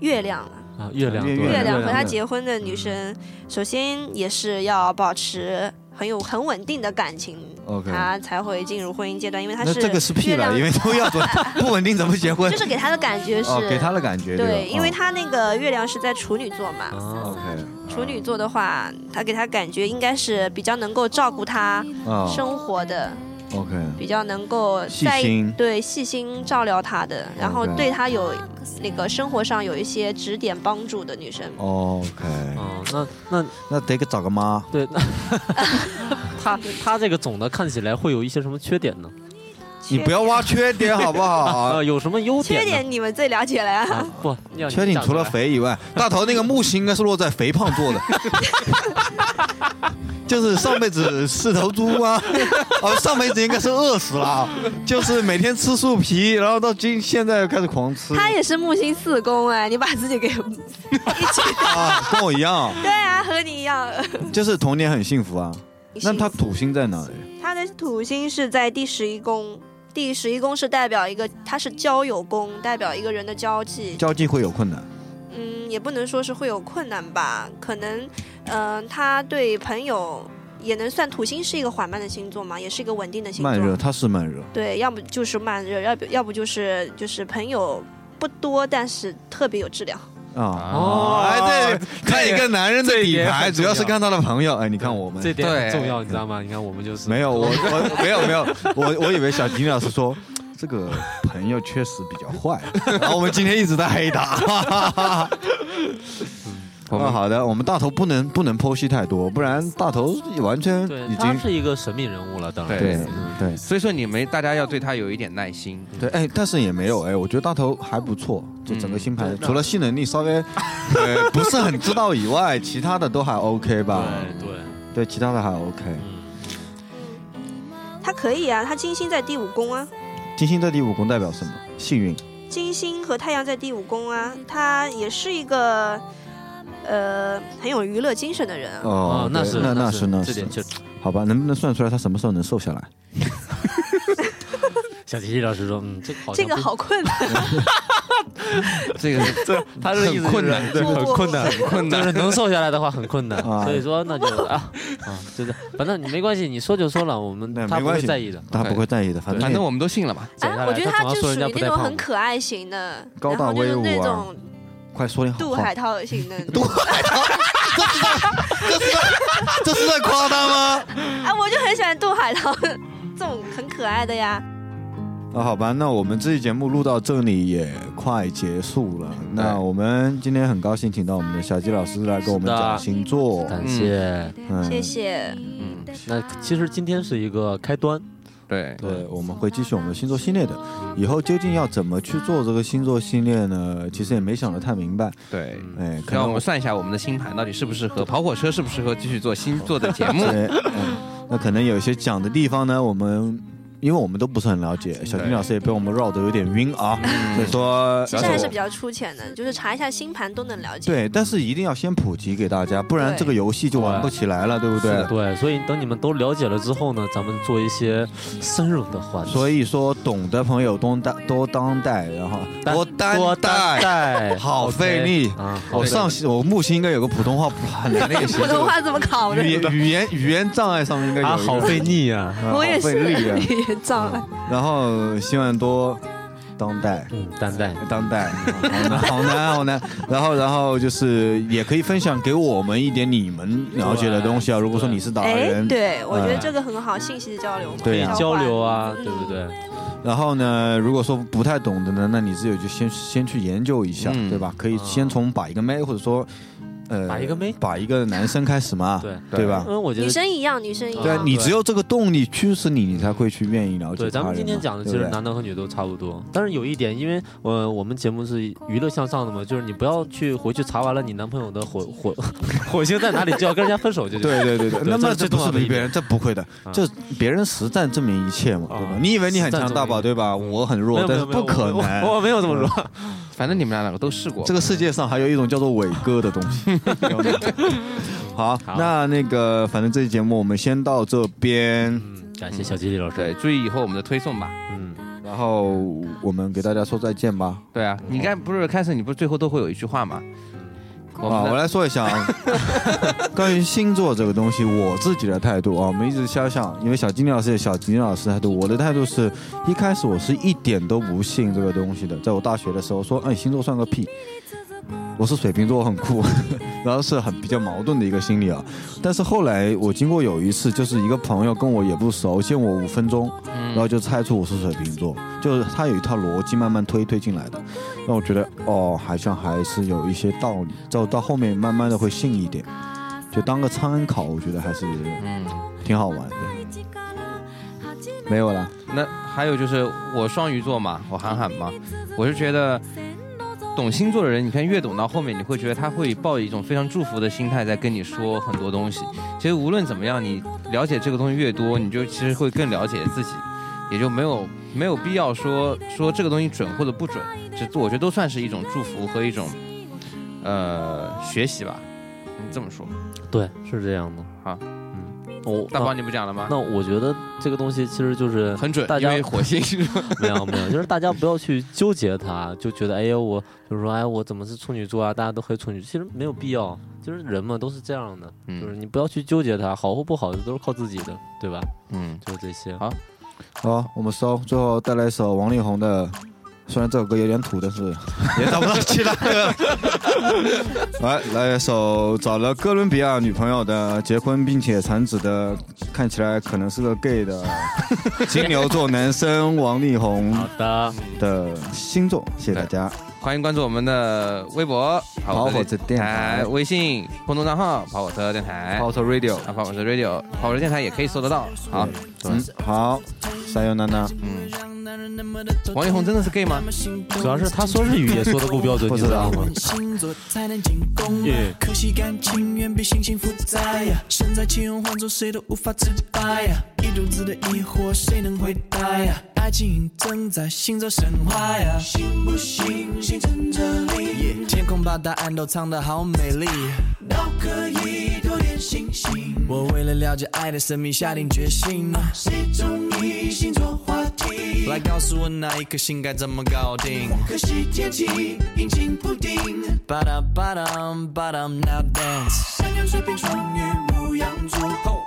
Speaker 3: 月亮啊，
Speaker 5: 啊，月亮，
Speaker 1: 月
Speaker 5: 对
Speaker 3: 月
Speaker 1: 亮
Speaker 3: 亮和他
Speaker 1: 对
Speaker 3: 结婚的女生，首先也是要保持很有很稳定的感情
Speaker 1: OK
Speaker 3: 她才会进入婚姻阶段，因为她
Speaker 1: 那
Speaker 3: 啊是
Speaker 1: 这个是屁
Speaker 3: 月亮
Speaker 1: 了，因为都要准不稳定怎么结婚
Speaker 3: *laughs* 就？是给她的感觉是
Speaker 1: 哦，给他的感觉哦
Speaker 3: 对，因为
Speaker 1: 他
Speaker 3: 她那个月亮是在处女座嘛，
Speaker 5: 啊
Speaker 1: OK
Speaker 3: 处女座的话，她给她感觉应该是比较能够照顾她
Speaker 1: 啊
Speaker 3: 生活的，
Speaker 1: OK
Speaker 3: 比较能够
Speaker 1: 细
Speaker 3: 在意
Speaker 1: 心
Speaker 3: 对细心照料她的，然后
Speaker 1: OK
Speaker 3: 对她有那个生活上有一些指点帮助的女
Speaker 1: 哦 OK，
Speaker 3: 生。
Speaker 5: 嗯，那那
Speaker 1: 那得给找个妈。
Speaker 5: 对， *laughs* 那他他这个总的看起来会有一些什么缺点呢？
Speaker 1: 你不要挖缺点好不 *laughs* 好？
Speaker 5: 啊，有什么优
Speaker 3: 缺
Speaker 5: 点呢？
Speaker 3: 点你们最了解了呀。
Speaker 5: 啊，不，要你
Speaker 1: 缺点
Speaker 5: 站
Speaker 1: 除了
Speaker 5: 出来，
Speaker 1: 肥以外，大头那个木星应啊该是落在肥胖座的， *laughs* 就是上辈子是头猪啊， *laughs* 哦，上辈子应该是饿死了啊，就是每天吃树皮，然后到今现在又开始狂吃，
Speaker 3: 他也是木星四宫哎，你把自 *laughs* 己给一起
Speaker 1: 啊，跟我一样，
Speaker 3: 对啊，和你一 *laughs* 样。
Speaker 1: 就是童年很幸福啊。那他土星在哪里？
Speaker 3: 他的土星是在第十一宫，第十一宫是代表一个，它是交友宫，代表一个人的交际。
Speaker 1: 交际会有困难，
Speaker 3: 嗯，也不能说是会有困难吧，可能，嗯、他对朋友也能算土星是一个缓慢的星座嘛，也是一个稳定的星
Speaker 1: 慢热，
Speaker 3: 座。
Speaker 1: 他是慢热。
Speaker 3: 对，要不就是慢热，要不要不就是就是朋友不多，但是特别有质量。
Speaker 1: 啊，
Speaker 5: 哦
Speaker 1: 哎，对，看一个男人的底
Speaker 5: 这个也
Speaker 1: 牌，
Speaker 5: 很
Speaker 1: 主
Speaker 5: 重要
Speaker 1: 要是看他的朋友。哎，你看我们
Speaker 5: 这点很
Speaker 2: 对
Speaker 5: 重要，你知道吗？你看我们就是
Speaker 1: 没有，我我没有没有，我我以为小吉老师说这个朋友确实比较坏，
Speaker 5: *laughs*
Speaker 1: 然后我们今天一直在黑他。
Speaker 2: 我
Speaker 1: 啊，
Speaker 2: 们
Speaker 1: 好的，我们大头不能不能剖析太多，不然大头完全
Speaker 5: 对
Speaker 1: 已，
Speaker 5: 他
Speaker 1: 经
Speaker 5: 是一个神秘人物了，当然
Speaker 1: 对
Speaker 5: 嗯
Speaker 1: 对
Speaker 2: 所以说你们大家要对他有一点耐
Speaker 5: *laughs*
Speaker 2: 心。
Speaker 1: 对，哎，但是也没有哎，我觉得大头还不错，就整个星盘、除了性能力稍微呃不是很知道以外，其他的都还 OK 吧？
Speaker 5: 对对，
Speaker 1: 对，其他的还 OK。
Speaker 5: 嗯，
Speaker 3: 他可以啊，他金星在第五宫啊。
Speaker 1: 金星在第五宫代表什么？幸运。
Speaker 3: 金星和太阳在第五宫啊，他也是一个呃很有娱乐精神的人啊。
Speaker 1: 哦
Speaker 5: 哦，，那
Speaker 1: 对
Speaker 5: 是
Speaker 1: 那
Speaker 5: 那
Speaker 1: 是那
Speaker 5: 这
Speaker 1: 是
Speaker 5: 点，确
Speaker 1: 好吧，能不能算出来他什么时候能瘦下来？
Speaker 5: 小琪琪老师说，嗯，这个好
Speaker 3: 这
Speaker 5: 像
Speaker 3: 个
Speaker 5: 不
Speaker 3: 好困难，
Speaker 2: 这个是
Speaker 5: 是，他的意思
Speaker 2: 很困难
Speaker 5: 对，
Speaker 3: 很困
Speaker 5: 难，很
Speaker 2: 困难
Speaker 5: 就是能瘦下来的话很困难，
Speaker 1: *laughs* 啊
Speaker 5: 所以说那就啊啊，就是反正你没关系，你说就说了，我们
Speaker 1: 那
Speaker 5: 他
Speaker 1: 没
Speaker 5: 不会
Speaker 1: 关系
Speaker 5: 在意的。
Speaker 1: 他不会在意的，反
Speaker 2: 反
Speaker 1: 正哎
Speaker 2: 正我们都信
Speaker 5: *laughs*
Speaker 2: 了嘛。
Speaker 5: 减下来
Speaker 3: 啊哎我觉得
Speaker 5: 他
Speaker 3: 他
Speaker 5: 总要
Speaker 3: 就
Speaker 5: 说
Speaker 3: 属
Speaker 5: 人家
Speaker 3: 于
Speaker 5: 不
Speaker 3: 那
Speaker 5: 带
Speaker 3: 种
Speaker 5: 胖
Speaker 3: 很
Speaker 5: 子
Speaker 3: 可爱型的，
Speaker 1: 高
Speaker 3: 然
Speaker 1: 大
Speaker 3: 后就是
Speaker 1: 威武
Speaker 3: 那
Speaker 1: 啊
Speaker 3: 种
Speaker 1: 快说点好
Speaker 3: 杜
Speaker 1: 话。
Speaker 3: 海涛型的。 *laughs*
Speaker 1: 这是在夸他吗？
Speaker 3: 啊，我就很喜欢杜海涛 *laughs* 这种很可爱的呀。
Speaker 1: 啊，好吧，那我们这期节目录到这里也快结束了。那我们今天很高兴请到我们的小鸡老师来跟我们
Speaker 5: 是的
Speaker 1: 讲星座，
Speaker 5: 感谢，
Speaker 1: 嗯，
Speaker 3: 谢谢，
Speaker 2: 嗯，
Speaker 5: 那其实今天是一个开端，
Speaker 2: 对，
Speaker 1: 对，我们会继续我们的星座系列的。以后究竟要怎么去做这个星座系列呢？其实也没想得太明白。
Speaker 2: 对。
Speaker 1: 哎，可
Speaker 2: 嗯让我
Speaker 1: *laughs* 能
Speaker 2: 们算一下我们的星盘到底适不适合跑火车，适不适合继续做星座的节目。
Speaker 1: 对，嗯那可能有些讲的地方呢，我们因为我们都不是很了解，小金老师也被我们绕的有点晕啊，所以说
Speaker 3: 其实还是比较粗浅的，就是查一下星盘都能了解。
Speaker 1: 对，但是一定要先普及给大家，不然
Speaker 3: 对
Speaker 1: 这个游戏就玩不起来了，对不对？
Speaker 5: 对，所以等你们都了解了之后呢，咱们做一些深入的话题。
Speaker 1: 所以说，懂的朋友多担多当代，然后
Speaker 5: 担
Speaker 1: 多
Speaker 5: 多
Speaker 1: 担
Speaker 5: 担
Speaker 1: 待，
Speaker 5: 待，
Speaker 1: 好费力
Speaker 5: 啊！
Speaker 1: 我上我木星应该有个普通话很难
Speaker 3: *laughs*
Speaker 1: 练习，
Speaker 3: 普通话怎么考的
Speaker 1: 语？言语言语言障碍上面应该有
Speaker 5: 啊，
Speaker 1: 一个
Speaker 5: 好费力呀！
Speaker 1: 啊
Speaker 3: *laughs* 我也
Speaker 1: 好
Speaker 3: 是
Speaker 1: 费力啊。
Speaker 3: *laughs* 语言障碍。
Speaker 1: 然后希望多当代。
Speaker 5: 嗯，担待，
Speaker 1: 当代，好难， *laughs* 好难，好难。然后，然后就是也可以分享给我们一点你们了解的东西啊。如果说你是达
Speaker 3: 哎
Speaker 1: 人，，
Speaker 3: 对，我觉得这个很好，信息交流嘛，
Speaker 1: 对呀
Speaker 3: 换嗯
Speaker 5: 交流啊，对不？对？
Speaker 1: 然后呢，如果说不太懂的呢，那你自己就先先去研究一下，
Speaker 2: 嗯
Speaker 1: 对吧？可以
Speaker 5: 啊
Speaker 1: 先从把一个妹，或者说，呃，
Speaker 5: 把一个妹
Speaker 1: 把一个男生开始嘛，
Speaker 5: *laughs* 对
Speaker 1: 对吧
Speaker 5: 因？为我觉
Speaker 3: 女
Speaker 5: 得，
Speaker 3: 生一样，女生一
Speaker 5: 啊
Speaker 1: 对啊
Speaker 3: 样，，
Speaker 1: 你
Speaker 5: 对
Speaker 1: 只有这个动力驱使你，你才会去愿意了解他人嘛。
Speaker 5: 对，咱们今天讲的其
Speaker 1: 对不
Speaker 5: 实
Speaker 1: 对
Speaker 5: 男的和女都差不多，但是有一点，因为呃，我们节目是娱乐向上的嘛，就是你不要去回去查完了你男朋友的火火 *laughs* 火星在哪里，就要跟人家分手就行。
Speaker 1: *laughs* 对对对对，
Speaker 5: 对
Speaker 1: 那么
Speaker 5: 这
Speaker 1: 这
Speaker 5: 是
Speaker 1: 不
Speaker 5: 重
Speaker 1: 是
Speaker 5: 要的一
Speaker 1: 比别
Speaker 5: 点
Speaker 1: 人，这不会的，这别人实战证明一切嘛，
Speaker 5: 啊
Speaker 1: 对吧？你以为你很强大吧，
Speaker 5: 实战证明嗯
Speaker 1: 对吧？我很
Speaker 5: 没
Speaker 1: 弱，
Speaker 5: 有没
Speaker 1: 但是
Speaker 5: 有没有
Speaker 1: 不可
Speaker 5: 我我
Speaker 1: 能。
Speaker 5: 我没有这么说。
Speaker 2: 反正你们俩两个都试过
Speaker 1: *laughs* 这。个世界上还有一种叫做伟哥的东
Speaker 5: *laughs*
Speaker 1: 西。 *laughs* 好，那那个，反正这期节目我们先到这边，
Speaker 5: 嗯，感谢小吉利老师。
Speaker 2: 对，注意以后我们的推送吧。
Speaker 5: 嗯，
Speaker 1: 然后我们给大家说再见吧。
Speaker 2: 对啊，你刚不是开始你不是最后都会有一句话吗？我
Speaker 1: 啊，
Speaker 2: 们
Speaker 1: 我
Speaker 2: 的
Speaker 1: 来说一下
Speaker 2: *laughs*
Speaker 1: 啊，关于星座这个东西，我自己的态度啊，我们一直相像，因为小金老师也小金老师的态度，我的态度是一开始我是一点都不信这个东西的，在我大学的时候说，哎，星座算个屁，我是水瓶座，我很酷， *laughs* 然后是很比较矛盾的一个心理啊。但是后来我经过有一次，就是一个朋友跟我也不熟，见我五分钟，
Speaker 2: 嗯
Speaker 1: 然后就猜出我是水瓶座，就是他有一套逻辑慢慢推推进来的。让我觉得哦，好像还是有一些道理。到到后面慢慢的会信一点，就当个参考，我觉得还是
Speaker 2: 嗯，
Speaker 1: 挺好玩的。没有了，
Speaker 2: 那还有就是我双鱼座嘛，我韩寒嘛，我是觉得懂星座的人，你看越懂到后面，你会觉得他会抱一种非常祝福的心态在跟你说很多东西。其实无论怎么样，你了解这个东西越多，你就其实会更了解自己，也就没有没有必要说说这个东西准或者不准，这我觉得都算是一种祝福和一种呃学习吧。嗯，这么说，
Speaker 5: 对，是这样的。
Speaker 2: 好，
Speaker 5: 嗯，我
Speaker 2: 大宝
Speaker 5: 那
Speaker 2: 你不讲了吗？
Speaker 5: 那我觉得这个东西其
Speaker 2: *laughs*
Speaker 5: 实就是
Speaker 2: 很准，
Speaker 5: 大
Speaker 2: 因
Speaker 5: 家
Speaker 2: 为火
Speaker 5: *laughs*
Speaker 2: 星。
Speaker 5: 没有没有，就是大家不要去纠结它，就觉得哎呀我，比如说哎呀我怎么是处女座啊，大家都黑处女，其实没有必要，就是人嘛都是这样的，就是
Speaker 2: 嗯
Speaker 5: 你不要去纠结它，好或不好都是靠自己的，对吧？
Speaker 2: 嗯，
Speaker 5: 就是这些。
Speaker 2: 好
Speaker 1: 好，我们收。最后带来一首王力宏的，虽然这首歌有点土，但是 *laughs* 也找不到其他的。 *laughs* 来，来一首找了哥伦比亚女朋友的，结婚并且产子的，看起来可能是个 gay *laughs* 的金牛座男生王力宏
Speaker 5: 好的，
Speaker 1: 的星座，谢谢大家。
Speaker 2: 欢迎关注我们的微博“
Speaker 1: 跑火车电台
Speaker 2: 哎微信公众账号“跑火车电台
Speaker 1: Auto Radio，”，
Speaker 2: 啊，跑火车 Radio，跑火车电台也可以搜得到。好，
Speaker 1: 哎嗯，好，加油，娜娜，
Speaker 2: 嗯，王力宏真的是 gay 吗？
Speaker 5: 主要是他说日语也说的不标准，
Speaker 1: 不
Speaker 5: 你
Speaker 1: 知道
Speaker 5: 吗？
Speaker 9: 星座才能进攻啊
Speaker 5: 耶
Speaker 9: 可惜感情远比心情复杂呀，身在其中换做谁都无法自拔呀，一肚子的疑惑谁能回答呀？爱情正在星座神话呀，信不信星辰这里？天空把答案都藏得好美丽，都可以多点星星。我为了了解爱的神秘下定决心，谁啊中意星座话题？来告诉我哪一颗星该怎么搞定？可惜天气阴晴不定。巴达巴达巴达 now dance。山羊、水瓶、双鱼、牧羊座，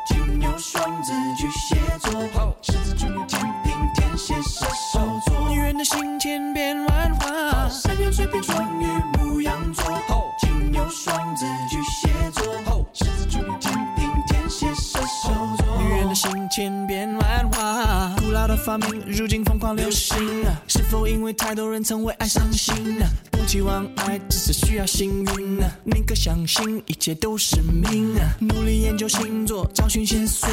Speaker 9: 金牛、双子、巨蟹座，狮子、处女、天平、天蝎、射手座。女人的心千变万化，山羊、水瓶、双鱼、牧羊座，金牛、双子、巨蟹座，狮子、处女、天平、天蝎、射手座。女人的心千变万化，古老的发明如今疯狂流行，是否因为太多人曾为爱伤心？不期望爱，只是需要幸运。宁可相信一切都是命，努力研究星座，找寻线索，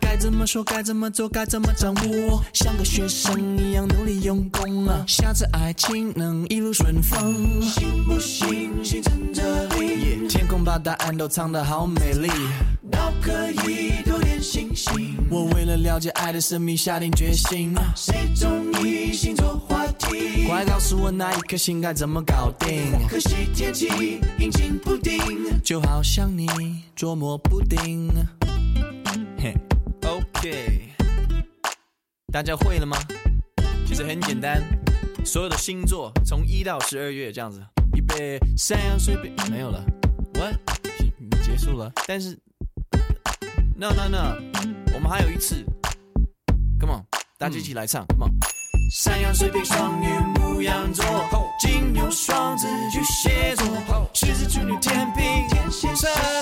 Speaker 9: 该怎么说，该怎么做，该怎么掌握，像个学生一样努力用功。下次爱情能一路顺风，信不信？星辰这里，天空把答案都藏得好美丽，都可以多点信心。我为了了解爱的神秘下定决心。啊谁中意星座话题？快告诉我那一颗心该怎么搞定？可惜天气阴晴不定，就好像你捉摸不定。嘿，OK，大家会了吗？其实很简单，所有的星座从一到十二月这样子，预备三，随便没有了，what？结束了，但是，no no no，我们还有一次，come on，大家一起来唱、c o m e on。山羊、水瓶、双鱼、牧羊座、金牛、双子、巨蟹座、狮子、处女、天平、天蝎座。哦